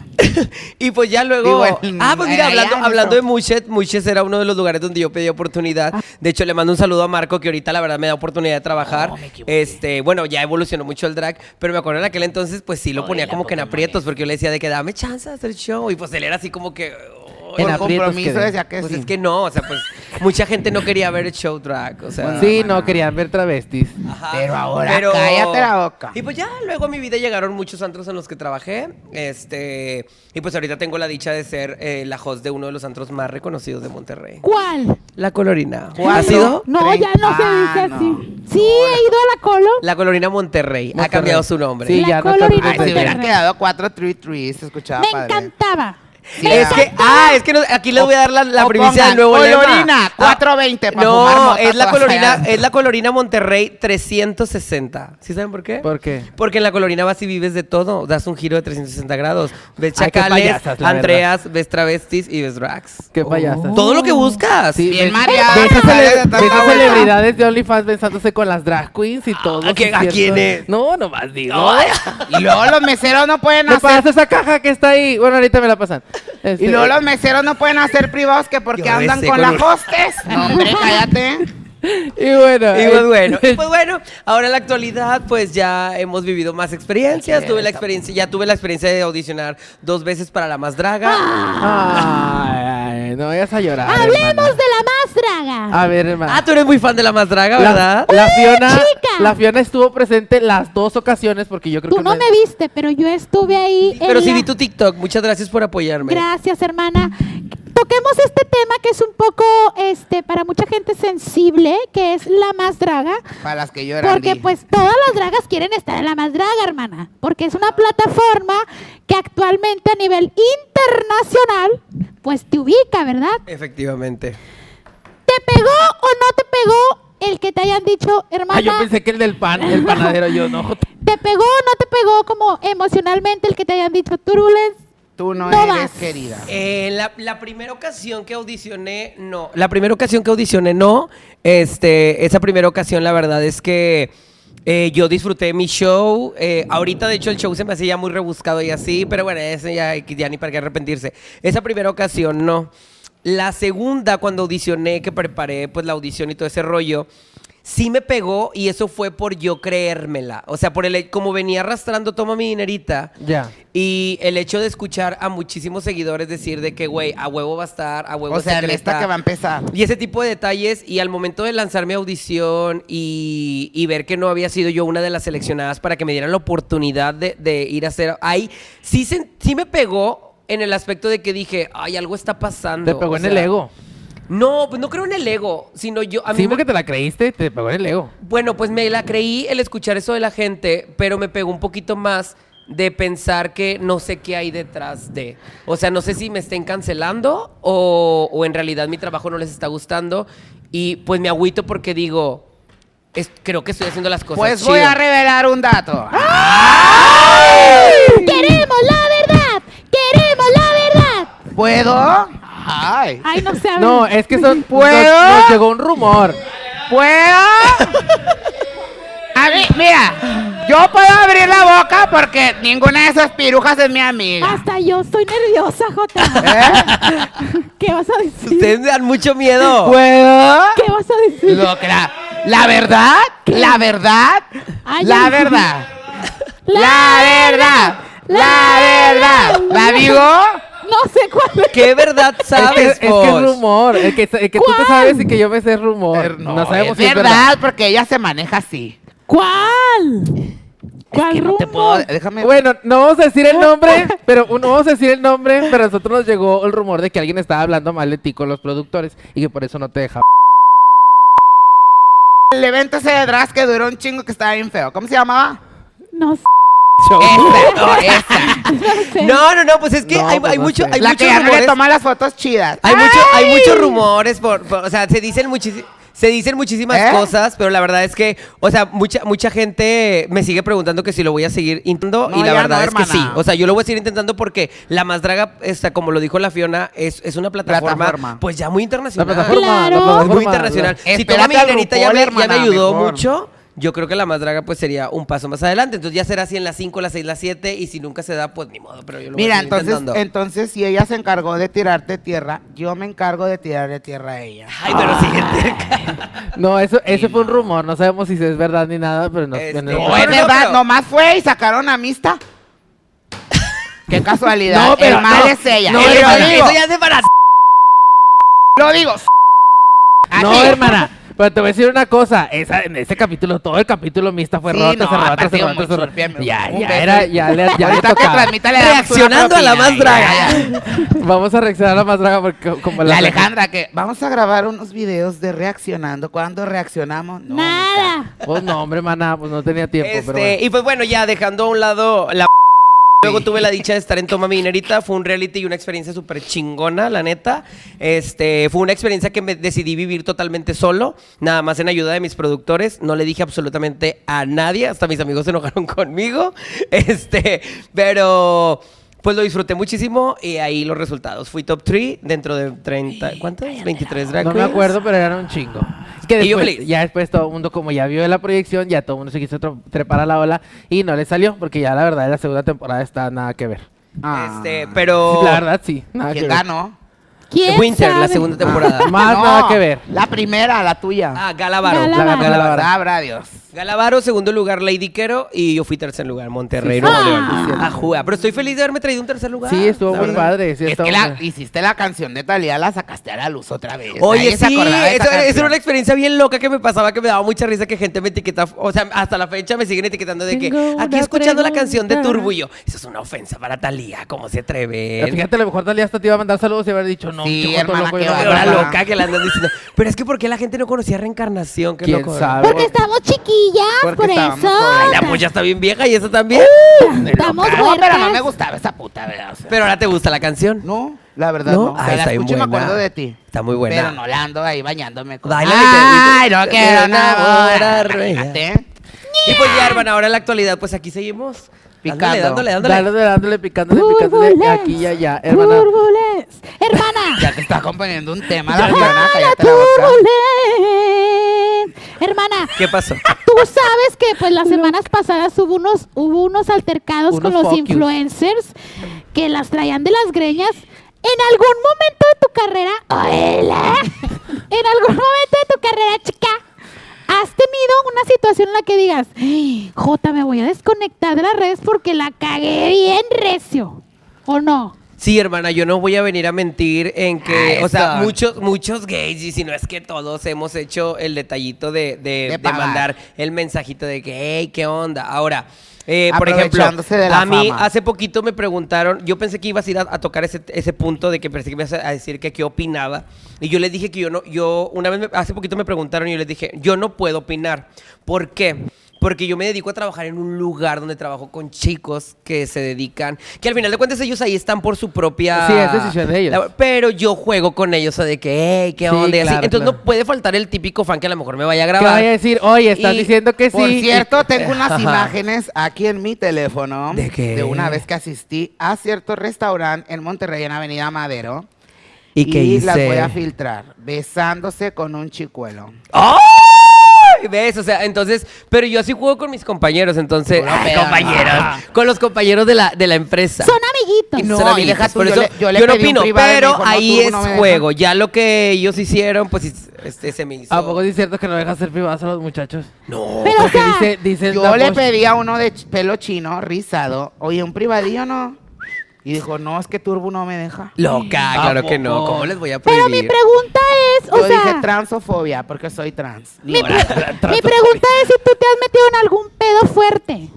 Speaker 3: Y pues ya luego.
Speaker 2: Digo, en-
Speaker 3: ah, pues mira,
Speaker 2: allá
Speaker 3: hablando,
Speaker 2: en
Speaker 3: hablando de
Speaker 2: otro.
Speaker 3: Muchet, Muchet era uno de los lugares donde yo pedí oportunidad. De hecho, le mando un saludo a Marco, que ahorita la verdad me da oportunidad de trabajar. este, bueno, ya evolucionó mucho el drag, pero me acuerdo en aquel entonces, pues sí lo ponía como que en aprietos, porque yo le decía de que dame chance de hacer show. Y pues él era así como que. "Ay,
Speaker 1: En
Speaker 2: Por
Speaker 1: aprietos
Speaker 2: compromiso
Speaker 1: quedé.
Speaker 2: decía que
Speaker 3: pues
Speaker 2: sí.
Speaker 3: es que no, o sea, pues mucha gente no quería ver el show drag, o sea.
Speaker 1: Sí, no, querían ver travestis.
Speaker 3: Ajá.
Speaker 2: Pero ahora cállate la boca.
Speaker 3: Y pues ya, luego a mi vida llegaron muchos antros en los que trabajé. Este, y pues ahorita tengo la dicha de ser eh, la host de uno de los antros más reconocidos de Monterrey.
Speaker 4: ¿Cuál?
Speaker 3: La Colorina.
Speaker 2: ¿Cuál?
Speaker 3: ¿Ha sido?
Speaker 4: No, ya no se
Speaker 2: Ah,
Speaker 4: dice así.
Speaker 2: no.
Speaker 4: Sí, he ido a la colo.
Speaker 3: La Colorina Monterrey. Ha
Speaker 1: Monterrey.
Speaker 3: cambiado su nombre.
Speaker 1: Sí,
Speaker 4: La
Speaker 1: ya no
Speaker 4: colorina
Speaker 1: te
Speaker 2: Ay,
Speaker 1: olvides
Speaker 2: si
Speaker 1: de-
Speaker 2: hubieran
Speaker 4: Monterrey.
Speaker 2: quedado cuatro three threes, se escuchaba
Speaker 4: Me
Speaker 2: padre.
Speaker 4: encantaba.
Speaker 2: Sí,
Speaker 3: es
Speaker 2: ah.
Speaker 3: que, ah, es que no- aquí le voy a dar la, la
Speaker 2: O
Speaker 3: primicia del
Speaker 2: pongan
Speaker 3: nuevo lema.
Speaker 2: colorina,
Speaker 3: Ah,
Speaker 2: 420 pa' fumar
Speaker 3: No,
Speaker 2: mota
Speaker 3: es la
Speaker 2: todas
Speaker 3: colorina,
Speaker 2: allá.
Speaker 3: es la colorina Monterrey 360. ¿Sí saben por qué?
Speaker 1: ¿Por qué?
Speaker 3: Porque en la colorina vas y vives de todo, das un giro de 360 grados. Ves
Speaker 1: Ay, qué
Speaker 3: chacales,
Speaker 1: payasas, la
Speaker 3: Andreas, ves travestis y ves drags.
Speaker 1: Qué payasas.
Speaker 3: Todo lo que buscas.
Speaker 1: Sí,
Speaker 2: Bien
Speaker 1: ves-
Speaker 2: mareada,
Speaker 1: ves esas
Speaker 2: madre,
Speaker 1: cele-
Speaker 2: de tanta
Speaker 1: ves esas
Speaker 2: vuelta.
Speaker 1: celebridades de OnlyFans besándose con las drag queens y todo.
Speaker 3: ¿a
Speaker 1: sí
Speaker 3: qué- a
Speaker 1: cierto.
Speaker 3: quién es?
Speaker 1: No, nomás digo.
Speaker 2: Y luego los meseros no pueden
Speaker 1: Me
Speaker 2: hacer...
Speaker 1: pasa esa caja que está ahí. Bueno, ahorita me la pasan. Este-
Speaker 2: Y luego los meseros no pueden hacer privados que porque
Speaker 3: Yo
Speaker 2: andan
Speaker 3: besé
Speaker 2: con
Speaker 3: con
Speaker 2: las
Speaker 3: un-
Speaker 2: hostes. No, hombre, cállate.
Speaker 1: Y bueno.
Speaker 3: Y
Speaker 1: eh,
Speaker 3: pues bueno, y pues bueno, ahora en la actualidad pues ya hemos vivido más experiencias, tuve la experiencia, ya tuve la experiencia de audicionar dos veces para la más draga.
Speaker 1: Ah. Ay, ay, no vayas a llorar. hermana.
Speaker 4: Hablemos de la más draga.
Speaker 1: A ver, hermano.
Speaker 3: Ah, tú eres muy fan de la más draga,
Speaker 1: la,
Speaker 3: ¿verdad?
Speaker 1: la Fiona,
Speaker 4: chica!
Speaker 1: la Fiona estuvo presente las dos ocasiones porque yo creo
Speaker 4: Tú
Speaker 1: que
Speaker 4: no
Speaker 1: una-
Speaker 4: me viste, pero yo estuve ahí. en
Speaker 3: Pero sí
Speaker 4: la-
Speaker 3: vi tu TikTok, muchas gracias por apoyarme.
Speaker 4: Gracias, hermana. Toquemos este tema que es un poco, este, para mucha gente sensible, que es la más draga.
Speaker 2: Para las que lloran.
Speaker 4: Porque
Speaker 2: di.
Speaker 4: pues todas las dragas quieren estar en la más draga, hermana. Porque es una plataforma que actualmente a nivel internacional, pues te ubica, ¿verdad?
Speaker 3: Efectivamente.
Speaker 4: ¿Te pegó o no te pegó el que te hayan dicho, hermana?
Speaker 1: Ah, yo pensé que el del pan, el panadero, yo no.
Speaker 4: ¿Te pegó o no te pegó como emocionalmente el que te hayan dicho, Turulence?
Speaker 2: Tú no,
Speaker 4: no
Speaker 2: eres
Speaker 4: vas.
Speaker 2: querida.
Speaker 3: Eh, la, la primera ocasión que audicioné, no. La primera ocasión que audicioné, no. Este, esa primera ocasión, la verdad es que eh, yo disfruté mi show. Eh, ahorita, de hecho, el show se me hacía ya muy rebuscado y así, pero bueno, ese ya, ya ni para qué arrepentirse. Esa primera ocasión, no. La segunda, cuando audicioné, que preparé pues la audición y todo ese rollo, sí me pegó y eso fue por yo creérmela. O sea, por el, como venía arrastrando, toma mi dinerita.
Speaker 1: Ya.
Speaker 3: Y el hecho de escuchar a muchísimos seguidores decir de que, güey, a huevo va a estar, a huevo
Speaker 2: O sea, en
Speaker 3: secreta.
Speaker 2: esta que va a empezar.
Speaker 3: Y ese tipo de detalles, y al momento de lanzar mi audición y, y ver que no había sido yo una de las seleccionadas para que me dieran la oportunidad de, de ir a hacer. Ahí sí, se- sí me pegó en el aspecto de que dije, ay, algo está pasando.
Speaker 1: Te pegó
Speaker 3: O
Speaker 1: en el
Speaker 3: sea,
Speaker 1: ego.
Speaker 3: No, pues no creo en el ego, sino yo. A mí
Speaker 1: sí,
Speaker 3: me-
Speaker 1: porque te la creíste, te pegó en el ego.
Speaker 3: bueno, pues me la creí el escuchar eso de la gente, pero me pegó un poquito más de pensar que no sé qué hay detrás de. O sea, no sé si me estén cancelando o, o en realidad mi trabajo no les está gustando. Y pues me agüito porque digo, es- creo que estoy haciendo las cosas
Speaker 2: Pues voy
Speaker 3: chido.
Speaker 2: a revelar un dato.
Speaker 4: Ah. ¡Queremos la verdad! ¡Queremos la verdad!
Speaker 2: ¿Puedo? Ay.
Speaker 4: Ay, no se habla.
Speaker 1: No, es que son.
Speaker 2: ¿Puedo?
Speaker 1: Nos, nos llegó un rumor.
Speaker 2: ¿Puedo? A mí, mira, yo puedo abrir la boca porque ninguna de esas pirujas es mi amiga.
Speaker 4: Hasta yo estoy nerviosa, Jota.
Speaker 2: ¿Eh?
Speaker 4: ¿Qué vas a decir?
Speaker 3: Ustedes me dan mucho miedo.
Speaker 1: Pues,
Speaker 2: ¿Puedo?
Speaker 4: ¿Qué vas a decir?
Speaker 2: Lo que la, la verdad, la verdad,
Speaker 4: Ay,
Speaker 2: la
Speaker 4: ay.
Speaker 2: verdad,
Speaker 4: La
Speaker 2: la verdad, la verdad. ¿La digo?
Speaker 4: No sé cuál es.
Speaker 3: ¿Qué verdad
Speaker 1: Es que,
Speaker 3: sabes,
Speaker 1: es que es
Speaker 3: Fox?
Speaker 1: rumor. El que, el que tú te
Speaker 4: ¿Cuál?
Speaker 1: sabes y que yo me sé es rumor.
Speaker 2: Er,
Speaker 1: No, sabemos
Speaker 2: es
Speaker 1: si es
Speaker 2: verdad, porque ella se maneja así.
Speaker 4: ¿Cuál? ¿Cuál
Speaker 2: que no te
Speaker 4: rumbo?
Speaker 2: puedo, déjame.
Speaker 1: Bueno, no vamos a decir el nombre, pero no vamos a decir el nombre, pero a nosotros nos llegó el rumor de que alguien estaba hablando mal de ti con los productores y que por eso no te deja.
Speaker 2: El evento ese de Drax que duró un chingo que estaba bien feo. ¿Cómo se llamaba?
Speaker 4: No sé.
Speaker 2: Esta, no, esta.
Speaker 4: no sé.
Speaker 3: No, no, no, pues es que
Speaker 1: No,
Speaker 3: hay,
Speaker 1: pues
Speaker 3: hay
Speaker 1: no
Speaker 3: mucho,
Speaker 1: sé.
Speaker 3: hay
Speaker 2: la
Speaker 3: muchos
Speaker 2: que ya no le
Speaker 3: rumores.
Speaker 2: toma las fotos chidas.
Speaker 3: Hay, mucho, hay muchos rumores, por, por- o sea, se dicen, muchisi- se dicen muchísimas
Speaker 2: ¿Eh?
Speaker 3: cosas, pero la verdad es que, o sea, mucha, mucha gente me sigue preguntando que si lo voy a seguir intentando
Speaker 2: No,
Speaker 3: y la
Speaker 2: ya
Speaker 3: verdad
Speaker 2: no,
Speaker 3: es que
Speaker 2: hermana.
Speaker 3: sí. O sea, yo lo voy a seguir intentando porque La Más Draga, esta, como lo dijo la Fiona, es, es una plataforma,
Speaker 2: Plataforma.
Speaker 3: pues ya muy
Speaker 1: La
Speaker 3: internacional.
Speaker 1: plataforma,
Speaker 4: Claro.
Speaker 1: la plataforma,
Speaker 3: Es muy internacional.
Speaker 2: Espérate
Speaker 3: Si toda mi
Speaker 2: al
Speaker 3: dinerita ya,
Speaker 2: RuPaul,
Speaker 3: me, ya
Speaker 2: hermana,
Speaker 3: me ayudó
Speaker 2: mejor.
Speaker 3: mucho, yo creo que la más draga pues sería un paso más adelante. Entonces ya será así en las 5, las 6, las 7 y si nunca se da, pues ni modo, pero yo lo
Speaker 2: Mira,
Speaker 3: voy a seguir
Speaker 2: entonces,
Speaker 3: intentando.
Speaker 2: entonces si ella se encargó de tirarte tierra, yo me encargo de tirarle tierra a ella.
Speaker 3: Ay, pero siguiente.
Speaker 1: No, eso, ese fue un rumor. No sabemos si es verdad ni nada, pero no.
Speaker 3: Este,
Speaker 1: no-
Speaker 3: no,
Speaker 2: No,
Speaker 3: pero
Speaker 2: es verdad,
Speaker 3: pero-
Speaker 2: nomás fue y sacaron a Mista. Qué casualidad.
Speaker 1: No, pero
Speaker 2: el mal
Speaker 1: no,
Speaker 2: es ella.
Speaker 1: no,
Speaker 2: Y
Speaker 1: pero
Speaker 2: lo
Speaker 1: no,
Speaker 2: digo,
Speaker 3: eso ya es de para...
Speaker 2: lo digo. A
Speaker 1: No,
Speaker 2: ti.
Speaker 1: hermana. Pero te voy a decir una cosa, esa, en ese capítulo, todo el capítulo mista fue
Speaker 2: Sí,
Speaker 1: roto,
Speaker 2: no,
Speaker 1: se roto,
Speaker 2: aparte
Speaker 1: se
Speaker 2: iba
Speaker 1: roto,
Speaker 2: muy
Speaker 1: se roto.
Speaker 2: surfeando.
Speaker 1: Ya,
Speaker 2: Un
Speaker 1: ya
Speaker 2: beso.
Speaker 1: era, ya le, ya le
Speaker 2: Ahorita que
Speaker 1: tocaba.
Speaker 2: transmita le damos una
Speaker 3: Reaccionando a la
Speaker 2: propina,
Speaker 3: más
Speaker 2: ya,
Speaker 3: draga.
Speaker 2: ya, ya.
Speaker 1: Vamos a reaccionar a la más draga porque co- como
Speaker 2: La Alejandra, que vamos a grabar unos videos de reaccionando. ¿Cuándo reaccionamos? No, nunca.
Speaker 4: Nada.
Speaker 1: Pues no, hombre, maná, pues no tenía tiempo,
Speaker 3: Este,
Speaker 1: pero bueno.
Speaker 3: Y pues bueno, ya dejando a un lado la... Luego tuve la dicha de estar en Toma Mi Dinerita. Fue un reality y una experiencia súper chingona, la neta. Este, fue una experiencia que me decidí vivir totalmente solo, nada más en ayuda de mis productores. No le dije absolutamente a nadie, hasta mis amigos se enojaron conmigo. Este, pero pues lo disfruté muchísimo y ahí los resultados. Fui top 3 dentro de 30, ¿cuántos? 23 drag
Speaker 1: No me
Speaker 3: queens.
Speaker 1: acuerdo, pero eran un chingo. Es que
Speaker 3: Y yo
Speaker 1: después,
Speaker 3: feliz.
Speaker 1: ya después todo el mundo, como ya vio la proyección, ya todo el mundo se quiso tro- trepar a la ola y no le salió, porque ya la verdad la segunda temporada está nada que ver.
Speaker 2: Ah.
Speaker 3: Este, pero
Speaker 1: La verdad sí, nada que
Speaker 2: ¿Quién
Speaker 1: ver.
Speaker 2: ganó? Este
Speaker 4: ¿Quién
Speaker 3: Winter, la
Speaker 4: sabe?
Speaker 3: segunda temporada.
Speaker 1: Más nada que ver.
Speaker 2: La primera, la tuya.
Speaker 3: Ah, Galavaro.
Speaker 4: Gala-
Speaker 1: La ganó
Speaker 4: Galavaro.
Speaker 1: la verdad.
Speaker 2: Sabrá Dios.
Speaker 3: Galavaro, segundo lugar, Lady Quero, y yo fui tercer lugar, Monterrey, Nuevo
Speaker 4: Ah.
Speaker 3: León. A jugar. Pero estoy feliz de haberme traído un tercer lugar.
Speaker 1: Sí, estuvo
Speaker 3: la
Speaker 1: muy
Speaker 3: verdad.
Speaker 1: padre. Sí,
Speaker 2: Es
Speaker 1: estuvo
Speaker 2: que la-
Speaker 1: muy-
Speaker 2: hiciste la canción de Talía, la sacaste a la luz otra vez.
Speaker 3: Oye,
Speaker 2: Nadie se
Speaker 3: sí,
Speaker 2: acordaba de esa
Speaker 3: eso, eso
Speaker 2: canción.
Speaker 3: era una experiencia bien loca que me pasaba, que me daba mucha risa que gente me etiquetaba, o sea, hasta la fecha me siguen etiquetando de que
Speaker 4: Tengo
Speaker 3: aquí
Speaker 4: una
Speaker 3: escuchando la canción de
Speaker 4: pregunta.
Speaker 3: Turbo y yo, eso es una ofensa para Talía, ¿cómo se
Speaker 1: Pero
Speaker 3: atreve?
Speaker 1: Fíjate, a lo mejor Dalia hasta te iba a mandar saludos y haber dicho, no,
Speaker 2: Sí,
Speaker 1: chico, todo
Speaker 2: hermana,
Speaker 1: loco,
Speaker 2: qué
Speaker 1: yo no
Speaker 2: bárbara.
Speaker 1: quiero
Speaker 3: Pero la
Speaker 1: nada.
Speaker 3: loca que la andan diciendo. Pero es que ¿por qué la gente no conocía reencarnación? Qué
Speaker 1: ¿Quién
Speaker 3: loco, ¿verdad?
Speaker 1: sabe?
Speaker 4: Porque estamos chiquillas,
Speaker 2: Porque
Speaker 4: por
Speaker 2: estábamos
Speaker 4: eso.
Speaker 2: jóvenes.
Speaker 3: Ay, la polla está bien vieja y esa también.
Speaker 4: ¡Uh! Estamos
Speaker 2: No, pero no
Speaker 4: huercas.
Speaker 2: me gustaba esa puta, ¿verdad? O sea,
Speaker 3: Pero ahora te gusta la canción.
Speaker 2: no, la verdad no. O sea,
Speaker 3: Ah,
Speaker 2: la
Speaker 3: está bien
Speaker 2: escucho y me
Speaker 3: buena.
Speaker 2: acuerdo de ti.
Speaker 3: Está muy buena.
Speaker 2: Pero no la ando ahí bañándome. Con...
Speaker 3: Báilame,
Speaker 2: Ay,
Speaker 3: te-
Speaker 2: no
Speaker 3: te-
Speaker 2: quiero
Speaker 3: te
Speaker 2: enamorar.
Speaker 3: enamorar,
Speaker 2: Imagínate.
Speaker 3: Y pues ya, hermana, ahora en la actualidad, pues aquí seguimos. Dándole,
Speaker 2: Picando.
Speaker 3: dándole, dándole.
Speaker 1: Dándole, dándole, picándole, picándole,
Speaker 4: Turbulence.
Speaker 1: aquí y allá, hermana.
Speaker 4: Turbulence. Hermana.
Speaker 2: Ya te está componiendo un tema la
Speaker 4: Ah,
Speaker 2: Fiona,
Speaker 4: la
Speaker 2: cállate la boca.
Speaker 4: turbulence. Hermana,
Speaker 3: ¿Qué pasó?
Speaker 4: tú sabes que pues las semanas pasadas hubo unos, hubo unos altercados
Speaker 1: Unos
Speaker 4: con los
Speaker 1: fuck yous.
Speaker 4: influencers que las traían de las greñas. En algún momento de tu carrera, hola, en algún momento de tu carrera, chica, has tenido una situación en la que digas, "Ay, Jota, me voy a desconectar de las redes porque la cagué bien recio. ¿O no?
Speaker 3: Sí, hermana, yo no voy a venir a mentir en que,
Speaker 2: Ah,
Speaker 3: o sea,
Speaker 2: eso.
Speaker 3: muchos, muchos gays, y si no es que todos hemos hecho el detallito de, de- de
Speaker 2: pagar.
Speaker 3: mandar el mensajito de que, hey, ¿qué onda? Ahora, eh, por ejemplo,
Speaker 2: Aprovechándose de la
Speaker 3: a mí
Speaker 2: fama.
Speaker 3: hace poquito me preguntaron, yo pensé que ibas a ir a, a tocar ese, ese punto de que pensé que ibas a decir que qué opinaba, y yo les dije que yo no, yo, una vez, me- hace poquito me preguntaron y yo les dije, yo no puedo opinar. ¿Por qué? porque yo me dedico a trabajar en un lugar donde trabajo con chicos que se dedican, que al final de cuentas ellos ahí están por su propia...
Speaker 1: Sí, es decisión de ellos.
Speaker 3: pero yo juego con ellos, o sea, de que, hey, qué
Speaker 1: Sí,
Speaker 3: onda, y así.
Speaker 1: claro,
Speaker 3: Entonces
Speaker 1: claro.
Speaker 3: no puede faltar el típico fan que a lo mejor me vaya a
Speaker 1: Que
Speaker 3: grabar.
Speaker 1: vaya a decir, oye, estás
Speaker 3: Y-
Speaker 1: diciendo que sí.
Speaker 2: Por cierto,
Speaker 1: Y-
Speaker 2: tengo unas
Speaker 3: Ajá.
Speaker 2: imágenes aquí en mi teléfono
Speaker 3: ¿De qué?
Speaker 2: una vez que asistí a cierto restaurante en Monterrey, en Avenida Madero.
Speaker 3: ¿Y qué hice?
Speaker 2: las voy a filtrar, besándose con un chicuelo.
Speaker 3: ¡Ay! ¿Ves? O sea, entonces, pero yo así juego con mis compañeros, entonces.
Speaker 2: Pura
Speaker 3: Ay,
Speaker 2: peda,
Speaker 3: compañeros. Con los compañeros de la, de la empresa.
Speaker 4: Son amiguitos.
Speaker 2: No,
Speaker 3: Son
Speaker 2: y
Speaker 3: amigos,
Speaker 2: deja tú,
Speaker 3: por
Speaker 2: yo
Speaker 3: eso
Speaker 2: le- yo le
Speaker 3: no
Speaker 2: pedí un
Speaker 3: opino,
Speaker 2: privado y me
Speaker 3: pero
Speaker 2: dijo, no,
Speaker 3: ahí
Speaker 2: tú
Speaker 3: es
Speaker 2: no me dejas.
Speaker 3: juego. Ya lo que ellos hicieron, pues es- este, se me hizo.
Speaker 1: ¿A poco sí es cierto que no dejas ser privados a los muchachos?
Speaker 3: No.
Speaker 4: Pero, o
Speaker 1: Porque
Speaker 4: sea,
Speaker 1: dice, dice el
Speaker 2: Yo
Speaker 1: Dapo-
Speaker 2: le pedí a uno de ch- pelo chino, rizado, oye, un privadillo no. Y dijo, no, es que Turbo no me deja.
Speaker 3: Loca,
Speaker 1: ¿A
Speaker 3: claro que no.
Speaker 1: poco?
Speaker 3: ¿Cómo les voy a prohibir?
Speaker 4: pero mi pregunta es, o
Speaker 2: Yo
Speaker 4: sea,
Speaker 2: dije transofobia porque soy trans.
Speaker 4: mi, pre- mi pregunta es si tú te has metido en algún pedo fuerte.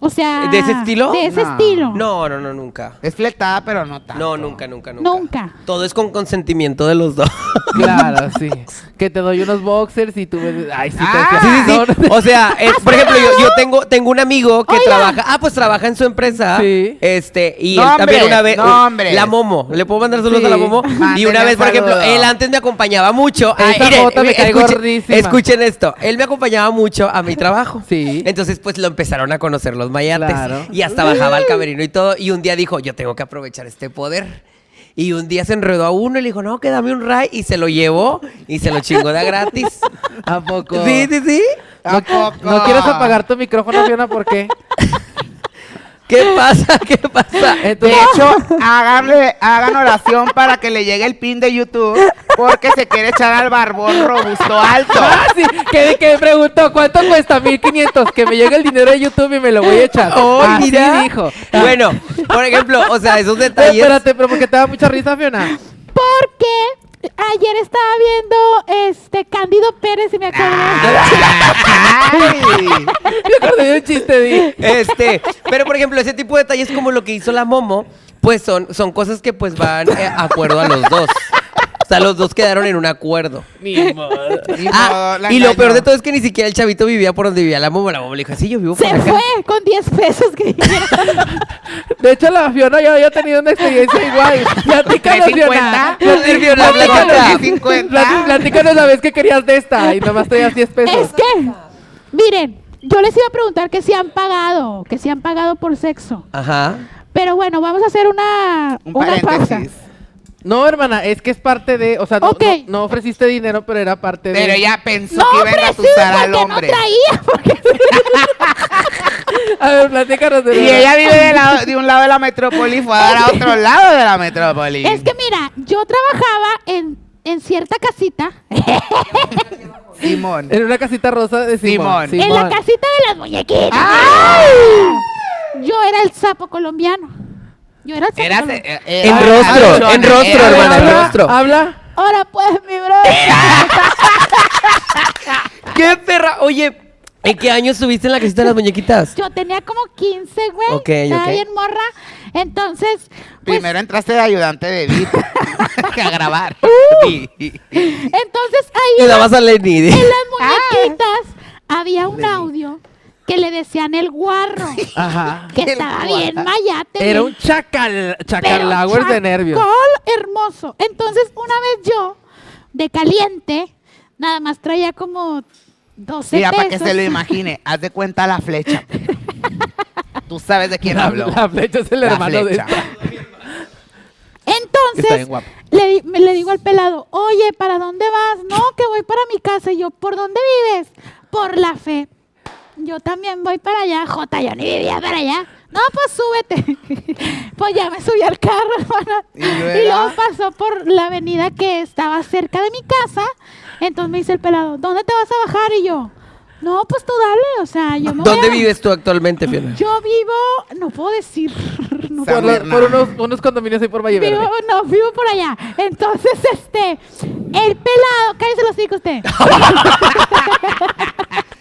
Speaker 4: O sea,
Speaker 3: ¿De ese estilo?
Speaker 4: De ese
Speaker 2: No.
Speaker 4: estilo.
Speaker 3: No, no, no, nunca.
Speaker 2: Es fletada, pero no tanto.
Speaker 3: No, nunca, nunca, nunca.
Speaker 4: Nunca.
Speaker 3: Todo es con consentimiento de los dos.
Speaker 1: Claro, sí. Que te doy unos boxers y tú me... Ay, sí, te Ah,
Speaker 2: Ah,
Speaker 3: Sí, sí, sí.
Speaker 1: No, no.
Speaker 3: O sea, eh, por ejemplo, yo, yo tengo, tengo un amigo que
Speaker 4: Oigan.
Speaker 3: trabaja. Ah, pues trabaja en su empresa.
Speaker 1: Sí.
Speaker 3: Este, y él
Speaker 2: Nombres,
Speaker 3: también una vez.
Speaker 2: nombres.
Speaker 3: La Momo. Le puedo mandar saludos
Speaker 1: Sí.
Speaker 3: a la Momo. Y
Speaker 2: Mándenle
Speaker 3: una vez, por ejemplo,
Speaker 2: saludos.
Speaker 3: él antes me acompañaba mucho.
Speaker 1: Esa jota me cae
Speaker 3: escuchen,
Speaker 1: gordísima.
Speaker 3: escuchen esto. Él me acompañaba mucho a mi trabajo.
Speaker 1: Sí.
Speaker 3: Entonces, pues lo empezaron a conocer los mayates.
Speaker 1: Claro.
Speaker 3: Y hasta bajaba al camerino y todo. Y un día dijo: Yo tengo que aprovechar este poder. Y un día se enredó a uno y le dijo, no, que dame un ray. Y se lo llevó y se lo chingó de a gratis.
Speaker 1: ¿A poco?
Speaker 3: Sí, sí, sí.
Speaker 1: No, no quieres apagar tu micrófono, Fiona, ¿por qué?
Speaker 3: ¿Qué pasa? ¿Qué pasa?
Speaker 2: De
Speaker 1: Entonces,
Speaker 2: hecho, háganle, hagan oración para que le llegue el pin de YouTube porque se quiere echar al barbón robusto alto.
Speaker 1: Ah, sí, que, que me preguntó, ¿cuánto cuesta? 1500, que me llegue el dinero de YouTube y me lo voy a echar.
Speaker 3: Oh,
Speaker 1: Así
Speaker 3: mira.
Speaker 1: Ah, dijo.
Speaker 3: Bueno, por ejemplo, o sea, esos
Speaker 1: Eh,
Speaker 3: detalles.
Speaker 1: espérate, pero porque te da mucha risa, Fiona.
Speaker 4: Porque ayer estaba viendo este Cándido Pérez y me acordé.
Speaker 3: Ah.
Speaker 2: Ay.
Speaker 1: Me acordé de un chiste, di.
Speaker 3: Este, pero por ejemplo, ese tipo de detalles como lo que hizo la Momo, pues son, son cosas que pues van eh, acuerdo a los dos. O sea, los dos quedaron en un acuerdo.
Speaker 2: Ni
Speaker 3: Ah,
Speaker 2: modo, la
Speaker 3: y lo peor de
Speaker 2: engañó.
Speaker 3: todo es que ni siquiera el chavito vivía por donde vivía la Momo. La Momo le dijo, sí, yo vivo por
Speaker 4: Se
Speaker 3: acá.
Speaker 4: fue con 10 pesos que
Speaker 1: De hecho, la Fiona yo había tenido una experiencia igual. Platícanos, Fiona.
Speaker 2: 350.
Speaker 1: Platí-
Speaker 3: Fiona,
Speaker 1: platícanos.
Speaker 2: 350.
Speaker 1: Platí- Platícanos la vez que querías de esta y nomás traías 10 pesos.
Speaker 4: Es que, miren, yo les iba a preguntar que si han pagado, que si han pagado por sexo.
Speaker 3: Ajá.
Speaker 4: Pero bueno, vamos a hacer una,
Speaker 2: Un
Speaker 4: una pausa.
Speaker 2: paréntesis.
Speaker 1: No, hermana, es que es parte de... O sea, no,
Speaker 4: Ok.
Speaker 1: no- no ofreciste dinero, pero era parte de...
Speaker 2: Pero ella pensó
Speaker 4: No,
Speaker 2: que iba a
Speaker 4: ofrecido
Speaker 2: engatusar al
Speaker 4: porque no
Speaker 2: hombre.
Speaker 4: traía, porque
Speaker 1: A ver, platícanos de
Speaker 2: y
Speaker 1: verdad.
Speaker 2: ella vive de, la- de un lado de la metrópoli y fue a dar a otro lado de la metrópoli.
Speaker 4: es que mira, yo trabajaba en, en cierta casita,
Speaker 2: Simón.
Speaker 1: En una casita rosa de Simón.
Speaker 2: Simón.
Speaker 4: en la
Speaker 1: Simón.
Speaker 4: casita de las muñequitas. Yo era el sapo colombiano. Yo era el sapo
Speaker 2: Eras,
Speaker 4: colombiano.
Speaker 2: eh, eh,
Speaker 3: En
Speaker 2: ah,
Speaker 3: rostro,
Speaker 2: ah,
Speaker 3: en
Speaker 2: eh,
Speaker 3: rostro,
Speaker 2: eh,
Speaker 3: hermana, en
Speaker 1: habla,
Speaker 3: rostro.
Speaker 1: Habla.
Speaker 4: Ahora pues, mi bro.
Speaker 3: ¡Qué perra! Oye, ¿en qué año estuviste en la casita de las muñequitas?
Speaker 4: pues, Yo tenía como 15, güey.
Speaker 3: Ok,
Speaker 4: Estaba
Speaker 3: ok.
Speaker 4: bien morra. Entonces, pues,
Speaker 2: Primero entraste de ayudante de VIP que a grabar.
Speaker 3: Uh.
Speaker 4: entonces ahí
Speaker 3: Le
Speaker 4: en,
Speaker 3: dabas a Lenny.
Speaker 4: en las
Speaker 2: Ah.
Speaker 4: muñequitas había un audio que le decían el guarro.
Speaker 1: Ajá.
Speaker 4: que
Speaker 2: El
Speaker 4: estaba
Speaker 2: guarro.
Speaker 4: bien mayate.
Speaker 1: Era
Speaker 4: bien
Speaker 1: un chacal,
Speaker 4: Pero
Speaker 1: chacalagüer de
Speaker 4: chacol
Speaker 1: nervios.
Speaker 4: hermoso. Entonces, una vez yo, de caliente, nada más traía como 12
Speaker 2: Mira, para que
Speaker 4: pesos.
Speaker 2: se lo imagine, haz de cuenta la flecha. Tú sabes de quién
Speaker 1: La,
Speaker 2: hablo.
Speaker 1: la flecha es el
Speaker 2: La
Speaker 1: hermano
Speaker 2: flecha.
Speaker 1: de esta.
Speaker 4: Entonces,
Speaker 1: bien guapo.
Speaker 4: le, di- me- le digo al pelado, oye, ¿para dónde vas? No, que voy para mi casa. Y yo, ¿por dónde vives? Por la fe. Yo también voy para allá. Jota, yo ni vivía para allá. No, pues súbete. pues ya me subí al carro, hermana.
Speaker 2: ¿Y
Speaker 4: ¿Y,
Speaker 2: luego?
Speaker 4: luego pasó por la avenida que estaba cerca de mi casa. Entonces me dice el pelado, ¿dónde te vas a bajar? Y yo, no, pues tú dale. O sea, yo me voy
Speaker 3: ¿Dónde
Speaker 4: a-
Speaker 3: vives tú actualmente, Fiona?
Speaker 4: Yo vivo, no puedo decir. No
Speaker 2: San
Speaker 1: Por, lo-
Speaker 2: Bernardo.
Speaker 1: por unos, unos condominios ahí por Valle Verde.
Speaker 4: Vivo, no, vivo por allá. Entonces, este, el pelado, cállese los hijos usted.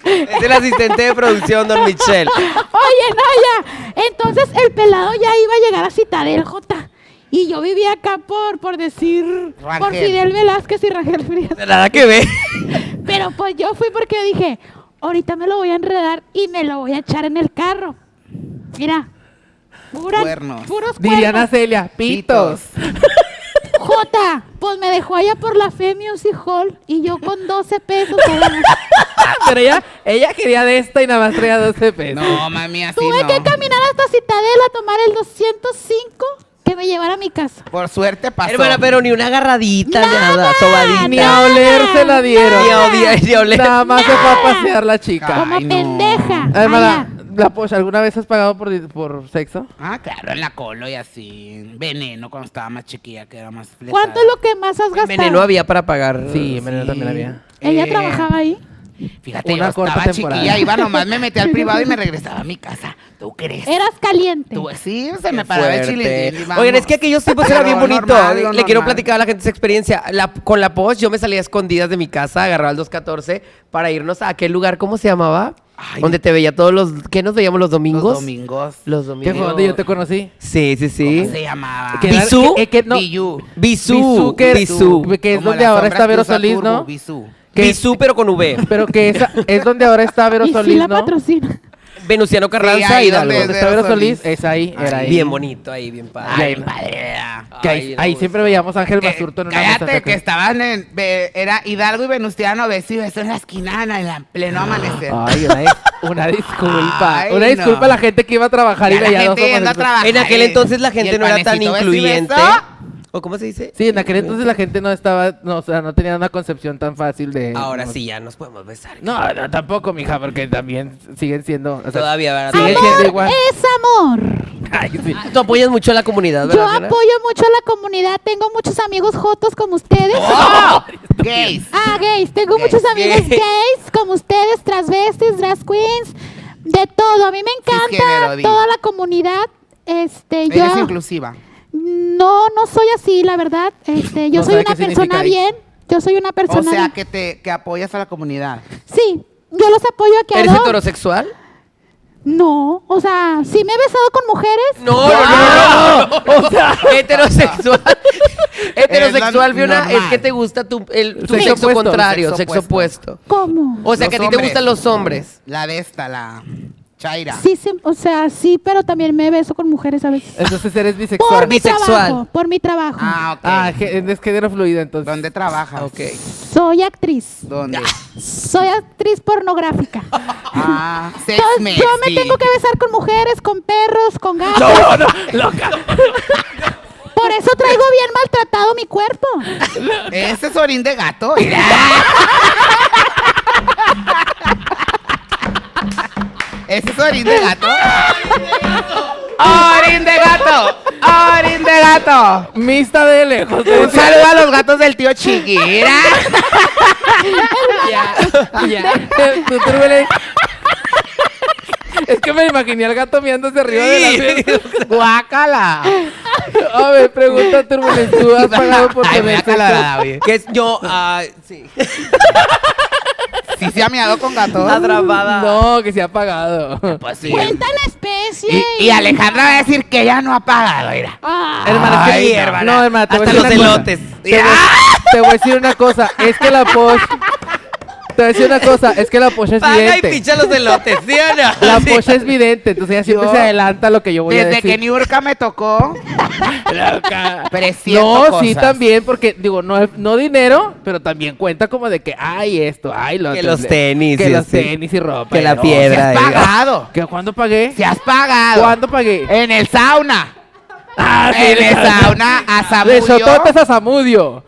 Speaker 3: Es el asistente de producción, don Michelle.
Speaker 4: Oye, no, ya. Entonces, el pelado ya iba a llegar a Citadel J. Y yo vivía acá por, por decir, por
Speaker 2: Rangel.
Speaker 4: Fidel Velázquez y Rangel Frías.
Speaker 3: Nada que ver.
Speaker 4: Pero pues yo fui porque dije, ahorita me lo voy a enredar y me lo voy a echar en el carro. Mira. Puras,
Speaker 2: Cuernos.
Speaker 4: Puros
Speaker 1: Diliana
Speaker 4: cuernos.
Speaker 1: Celia, pitos.
Speaker 4: Jota, pues me dejó allá por la Fe Music Hall y yo con 12 pesos. ¿sabes?
Speaker 1: Pero ella, ella quería de esta y nada más traía 12 pesos.
Speaker 2: No, mami, así
Speaker 4: Tuve
Speaker 2: no.
Speaker 4: que caminar hasta Citadela a tomar el 205 que me llevara a mi casa.
Speaker 2: Por suerte pasó.
Speaker 3: Hermana, pero ni una agarradita,
Speaker 4: Nada.
Speaker 3: nada,
Speaker 1: Ni
Speaker 3: sobadita.
Speaker 1: a oler se la dieron.
Speaker 3: Ni a odiar, ni a oler.
Speaker 1: Nada más se fue a
Speaker 4: Nada.
Speaker 1: pasear la chica.
Speaker 4: Como
Speaker 2: Ay, no.
Speaker 4: pendeja.
Speaker 1: Ay, hermana,
Speaker 4: allá.
Speaker 1: la pocha, ¿alguna vez has pagado por, di- por sexo?
Speaker 2: Ah, claro, en la colo y así. Veneno cuando estaba más chiquilla, que era más fletada.
Speaker 4: ¿Cuánto es lo que más has gastado?
Speaker 3: Veneno había para pagar.
Speaker 1: Sí, veneno también había.
Speaker 4: Ella
Speaker 2: Eh,
Speaker 4: trabajaba ahí.
Speaker 2: Fíjate,
Speaker 1: Una
Speaker 2: yo
Speaker 1: corta
Speaker 2: estaba
Speaker 1: temporada.
Speaker 2: chiquilla, iba nomás, me metía al privado y me regresaba a mi casa. ¿Tú crees?
Speaker 4: Eras caliente.
Speaker 2: Tú sí, se me
Speaker 3: Qué
Speaker 2: paraba el
Speaker 3: fuerte.
Speaker 2: chile.
Speaker 3: Oigan, es que aquellos tiempos era bien bonito. Le quiero
Speaker 2: platicar
Speaker 3: platicar a la gente esa experiencia. La- con la post, yo me salía a escondidas de mi casa, agarraba el 214 para irnos a aquel lugar, ¿cómo se llamaba?
Speaker 2: Ay.
Speaker 3: Donde te veía todos los. ¿Qué nos veíamos los domingos?
Speaker 2: Los domingos.
Speaker 3: Los
Speaker 1: ¿Qué fue
Speaker 3: domingos.
Speaker 1: donde yo te conocí?
Speaker 3: Sí, sí, sí.
Speaker 2: ¿Cómo se llamaba?
Speaker 1: Que era-
Speaker 3: ¿Bisú?
Speaker 1: que- que- no.
Speaker 2: Biyu.
Speaker 3: Bisú.
Speaker 1: que,
Speaker 3: Bisú.
Speaker 1: que es
Speaker 2: Como
Speaker 1: donde
Speaker 2: las
Speaker 1: ahora
Speaker 2: sombras
Speaker 1: está
Speaker 2: que
Speaker 1: Vero
Speaker 2: usa
Speaker 1: Solís,
Speaker 2: Turbo,
Speaker 1: ¿no?
Speaker 2: Bisú.
Speaker 1: Que-
Speaker 3: Bisú, pero con V.
Speaker 1: Pero que esa- es donde ahora está Vero
Speaker 4: y sí
Speaker 1: Solís,
Speaker 4: la
Speaker 1: ¿no?
Speaker 4: patrocina.
Speaker 3: Venustiano
Speaker 2: Sí,
Speaker 3: Carranza
Speaker 2: ahí
Speaker 3: y
Speaker 2: donde-
Speaker 1: Donde está Vero Solís, es ahí,
Speaker 2: Ahí.
Speaker 1: era ahí.
Speaker 3: Bien bonito ahí, bien padre.
Speaker 2: Ay, padre, ¿verdad?
Speaker 1: Que ahí,
Speaker 3: Ay, no,
Speaker 1: ahí
Speaker 3: güey.
Speaker 1: siempre veíamos a Ángel
Speaker 2: Que-
Speaker 1: Basurto en una mesa
Speaker 2: cállate, que este-
Speaker 1: acá.
Speaker 2: estaban en. ve- Era Hidalgo y Venustiano, beso y beso en la esquina, en la- en pleno amanecer.
Speaker 1: Ah. Ay, una, dis- una disculpa.
Speaker 2: Ay,
Speaker 1: una
Speaker 2: no.
Speaker 1: disculpa a la gente que iba a trabajar y
Speaker 2: Ya la
Speaker 1: veía dos
Speaker 2: gente yendo a
Speaker 1: homosexuales.
Speaker 2: trabajar.
Speaker 3: En aquel
Speaker 2: y-
Speaker 3: entonces la
Speaker 2: y
Speaker 3: gente
Speaker 2: el
Speaker 3: no era tan
Speaker 2: panecito, beso y
Speaker 3: incluyente.
Speaker 2: beso.
Speaker 3: ¿O cómo se dice?
Speaker 1: Sí, en aquel entonces la gente no estaba, no, o sea, no tenía una concepción tan fácil de.
Speaker 3: Ahora
Speaker 1: no-
Speaker 3: sí, ya nos podemos besar.
Speaker 1: No, no, tampoco, mija, porque también siguen siendo. o sea,
Speaker 3: Todavía, ¿verdad?
Speaker 1: Siguen
Speaker 3: Amor,
Speaker 1: siendo
Speaker 4: Amor
Speaker 1: igual.
Speaker 4: es amor.
Speaker 1: Ay, sí.
Speaker 3: Ah, Tú apoyas mucho a la comunidad,
Speaker 4: Yo
Speaker 3: ¿verdad? Fiona?
Speaker 4: apoyo mucho a la comunidad. Tengo muchos amigos jotos como ustedes.
Speaker 2: ¡Oh! Gays.
Speaker 4: Ah, gays. Tengo
Speaker 2: Gays.
Speaker 4: muchos amigos
Speaker 3: Gays.
Speaker 4: gays como ustedes, transvestis, drag queens, de todo. A mí me
Speaker 2: Cisgénero,
Speaker 4: encanta
Speaker 2: di.
Speaker 4: toda la comunidad. Este, yo
Speaker 2: Eres inclusiva.
Speaker 4: no, no soy así, la verdad. Este, yo
Speaker 1: No
Speaker 4: soy
Speaker 1: sabe
Speaker 4: una
Speaker 1: qué
Speaker 4: persona
Speaker 1: significa
Speaker 4: bien. Yo soy una
Speaker 2: O
Speaker 4: persona.
Speaker 2: sea,
Speaker 4: bien.
Speaker 2: que te que apoyas a la comunidad.
Speaker 4: Sí, yo los apoyo a que
Speaker 3: ¿Eres
Speaker 4: adopten.
Speaker 3: heterosexual?
Speaker 4: No, o sea, sí me he besado con mujeres.
Speaker 3: No, no, no, no, no, no. heterosexual. heterosexual,
Speaker 2: Es la
Speaker 3: Fiona, es
Speaker 2: normal.
Speaker 3: que te gusta tu, el, tu
Speaker 1: Sexo
Speaker 3: sexo,
Speaker 1: opuesto.
Speaker 3: contrario,
Speaker 2: Sexo
Speaker 3: sexo,
Speaker 2: opuesto.
Speaker 3: opuesto.
Speaker 4: ¿Cómo?
Speaker 3: O sea,
Speaker 2: Los
Speaker 3: que a ti te
Speaker 2: hombres.
Speaker 3: gustan los hombres.
Speaker 2: La de esta, la Chaira.
Speaker 4: Sí, sí, o sea, sí, pero también me beso con mujeres a veces.
Speaker 1: Entonces eres bisexual.
Speaker 4: Por mi
Speaker 3: bisexual.
Speaker 4: trabajo, por mi trabajo.
Speaker 2: Ah, ok.
Speaker 1: Ah, ge- es género fluido, entonces.
Speaker 2: ¿Dónde trabajas?
Speaker 3: Ok.
Speaker 4: Soy actriz.
Speaker 2: ¿Dónde?
Speaker 4: Soy actriz pornográfica.
Speaker 2: Ah, sex
Speaker 4: Entonces, yo me
Speaker 2: mexi.
Speaker 4: tengo que besar con mujeres, con perros, con gatos. Por eso traigo bien maltratado mi cuerpo.
Speaker 2: Ese es orín de gato. mira. Ese es orín de gato. orín de gato. Orín de gato.
Speaker 1: Mista de lejos.
Speaker 2: Un saludo a los gatos del tío Chiquira.
Speaker 1: Tú, tú, huele- Es que me imaginé al gato miándose arriba de la mesa.
Speaker 2: Guácala.
Speaker 1: A ver, pregunta, Turbulence, ¿tú has pagado por
Speaker 2: Ay,
Speaker 1: tener
Speaker 2: guácala,
Speaker 1: sexo?
Speaker 2: David.
Speaker 3: Que es yo, ah, sí.
Speaker 2: Sí se ha miado con gatos.
Speaker 3: Atrapada.
Speaker 1: No, que se ha pagado.
Speaker 2: Pues sí.
Speaker 4: Cuenta la especie.
Speaker 2: Y, y Alejandra va a decir que ya no ha pagado, mira.
Speaker 4: Ah,
Speaker 1: Hermana, es que-
Speaker 3: Ay, hermana.
Speaker 1: No, hermana, te voy a
Speaker 3: Hasta
Speaker 1: decir
Speaker 3: los
Speaker 1: una cosa.
Speaker 3: elotes. Ah,
Speaker 1: Te voy, te voy a decir una cosa. Es que la posh. Te voy a decir una cosa. Es que la posh es
Speaker 3: Paga y
Speaker 1: vidente.
Speaker 3: picha los elotes, ¿sí o no?
Speaker 1: La
Speaker 3: Sí.
Speaker 1: posh es vidente. Entonces ella siempre
Speaker 2: Yo-
Speaker 1: se adelanta a lo que yo voy a
Speaker 2: Desde
Speaker 1: decir.
Speaker 2: que Niurka me tocó, presiento
Speaker 1: No, sí,
Speaker 2: cosas.
Speaker 1: también, porque digo, no, no dinero, pero también cuenta como de que hay esto, hay lo
Speaker 3: Que
Speaker 1: otro,
Speaker 3: los tenis,
Speaker 1: que
Speaker 3: sí,
Speaker 1: los
Speaker 3: sí.
Speaker 1: tenis y ropa.
Speaker 3: Que la
Speaker 1: ¿no?
Speaker 2: Si
Speaker 3: piedra.
Speaker 2: has
Speaker 3: diga.
Speaker 2: pagado.
Speaker 1: ¿Que cuándo pagué?
Speaker 2: Si has pagado.
Speaker 1: ¿Cuándo pagué?
Speaker 3: Eh,
Speaker 2: En el sauna.
Speaker 1: Ah, sí,
Speaker 2: en
Speaker 1: de-
Speaker 2: el sauna a
Speaker 1: De
Speaker 2: Samudio.
Speaker 1: sototes a Samudio.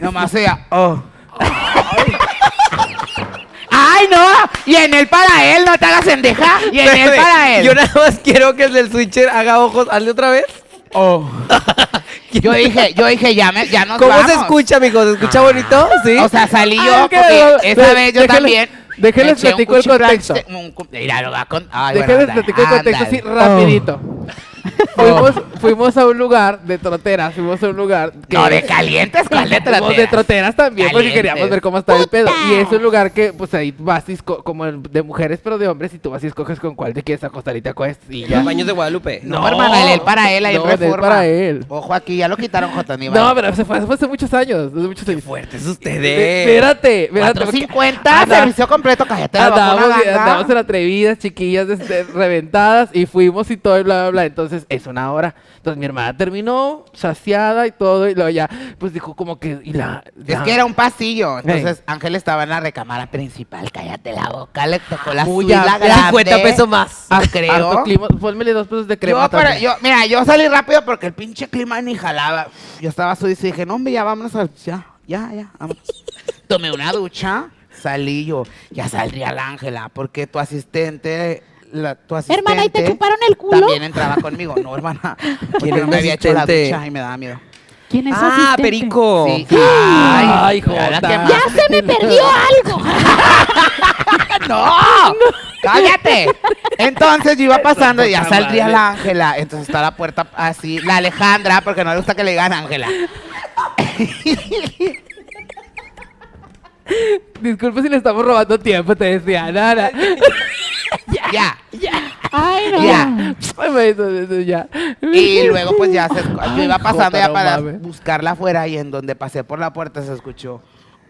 Speaker 2: Nomás ella. Oh. ¡Ay, no! Y en él para él, no te hagas endeja. Y en él
Speaker 3: Espérame,
Speaker 2: para él.
Speaker 3: Yo nada más quiero que el del switcher haga ojos. Hazle otra vez.
Speaker 2: Oh. Yo dije, yo dije, ya, me, ya nos
Speaker 3: ¿Cómo
Speaker 2: vamos.
Speaker 3: se escucha, mijo? ¿Se escucha bonito? Sí.
Speaker 2: O sea, salí
Speaker 1: Ay,
Speaker 2: yo
Speaker 1: que-
Speaker 2: porque esa
Speaker 1: pero
Speaker 2: vez yo
Speaker 1: déjale-
Speaker 2: también.
Speaker 1: déjales
Speaker 2: me eché un
Speaker 1: platico el
Speaker 2: cuchiplan-
Speaker 1: contexto.
Speaker 2: un cu- Mira, lo va con. Ay,
Speaker 1: Déjenles
Speaker 2: bueno,
Speaker 1: platicar el contexto así
Speaker 2: ándale.
Speaker 1: rapidito.
Speaker 3: Oh.
Speaker 1: Fuimos, fuimos a un lugar de troteras, fuimos a un lugar que
Speaker 2: No, de calientes, ¿cuál de
Speaker 1: fuimos de
Speaker 2: troteras?
Speaker 1: troteras también porque
Speaker 2: Calientes.
Speaker 1: queríamos ver cómo estaba el pedo.
Speaker 4: Puta.
Speaker 1: Y es un lugar que, pues ahí vas y esco- como el de mujeres, pero de hombres, y tú vas y escoges con cuál te quieres acostar y te acuestas y ya.
Speaker 3: Los baños de Guadalupe.
Speaker 2: No, hermana, el él para él, ahí en
Speaker 1: no, del
Speaker 2: Reforma.
Speaker 1: para él.
Speaker 2: Ojo aquí, ya lo quitaron, J. Aníbal.
Speaker 1: No, pero se fue, fue hace muchos años, hace muchos años.
Speaker 3: Fuertes ustedes.
Speaker 1: Ve- Espérate, espérate. porque
Speaker 2: 450,
Speaker 1: Anda-
Speaker 2: servicio completo, cállate la vacuna,
Speaker 1: Andábamos, bien,
Speaker 2: ganga.
Speaker 1: andábamos en atrevidas, chiquillas este, reventadas, y fuimos y todo, y bla, bla, bla. Entonces, es una hora. Entonces, mi hermana terminó saciada y todo, y luego ya, pues dijo como que, y la...
Speaker 2: Es
Speaker 1: la-
Speaker 2: que era un pasillo. Entonces,
Speaker 1: Ey.
Speaker 2: Ángel estaba en la recámara principal. Cállate la boca. Le tocó la
Speaker 1: Muy
Speaker 2: suite, la
Speaker 1: amplio.
Speaker 2: grande.
Speaker 3: 50 pesos más.
Speaker 2: Ah,
Speaker 1: harto
Speaker 2: creo.
Speaker 1: clima. Pónmele dos pesos de crema
Speaker 2: Yo, para-
Speaker 1: también.
Speaker 2: yo- mira, yo salí rápido porque el pinche clima ni jalaba. Yo estaba subido y dije, no, hombre, ya vámonos. al- ya, ya, ya, vámonos. Tomé una ducha, salí yo. Ya saldría la Ángela porque tu asistente... La, tu asistente
Speaker 4: Hermana, ¿y te chuparon el culo?
Speaker 2: También entraba conmigo. No, hermana. Porque
Speaker 3: ¿Quién es
Speaker 2: no me había hecho la
Speaker 3: asistente?
Speaker 2: ducha y me daba miedo.
Speaker 4: ¿Quién es su
Speaker 3: Ah,
Speaker 4: asistente?
Speaker 3: Perico.
Speaker 2: Sí.
Speaker 1: Ay,
Speaker 2: ya la
Speaker 1: Jota.
Speaker 2: quemaste.
Speaker 4: ¡Ya se me perdió algo!
Speaker 2: ¡No! ¡Ah! ¡Cállate! Entonces yo iba pasando y ya
Speaker 3: Puta
Speaker 2: saldría
Speaker 3: madre.
Speaker 2: la Ángela. Entonces está la puerta así, la Alejandra, porque no le gusta que le digan Ángela.
Speaker 1: Disculpe si le estamos robando tiempo, te decía, Nara.
Speaker 2: Ya.
Speaker 4: Ay, no.
Speaker 2: Ya.
Speaker 1: ya.
Speaker 2: Y luego pues ya se escu- yo iba
Speaker 1: Ay,
Speaker 2: pasando
Speaker 1: Jota,
Speaker 2: ya
Speaker 1: no
Speaker 2: para
Speaker 1: mames.
Speaker 2: buscarla afuera y en donde pasé por la puerta se escuchó.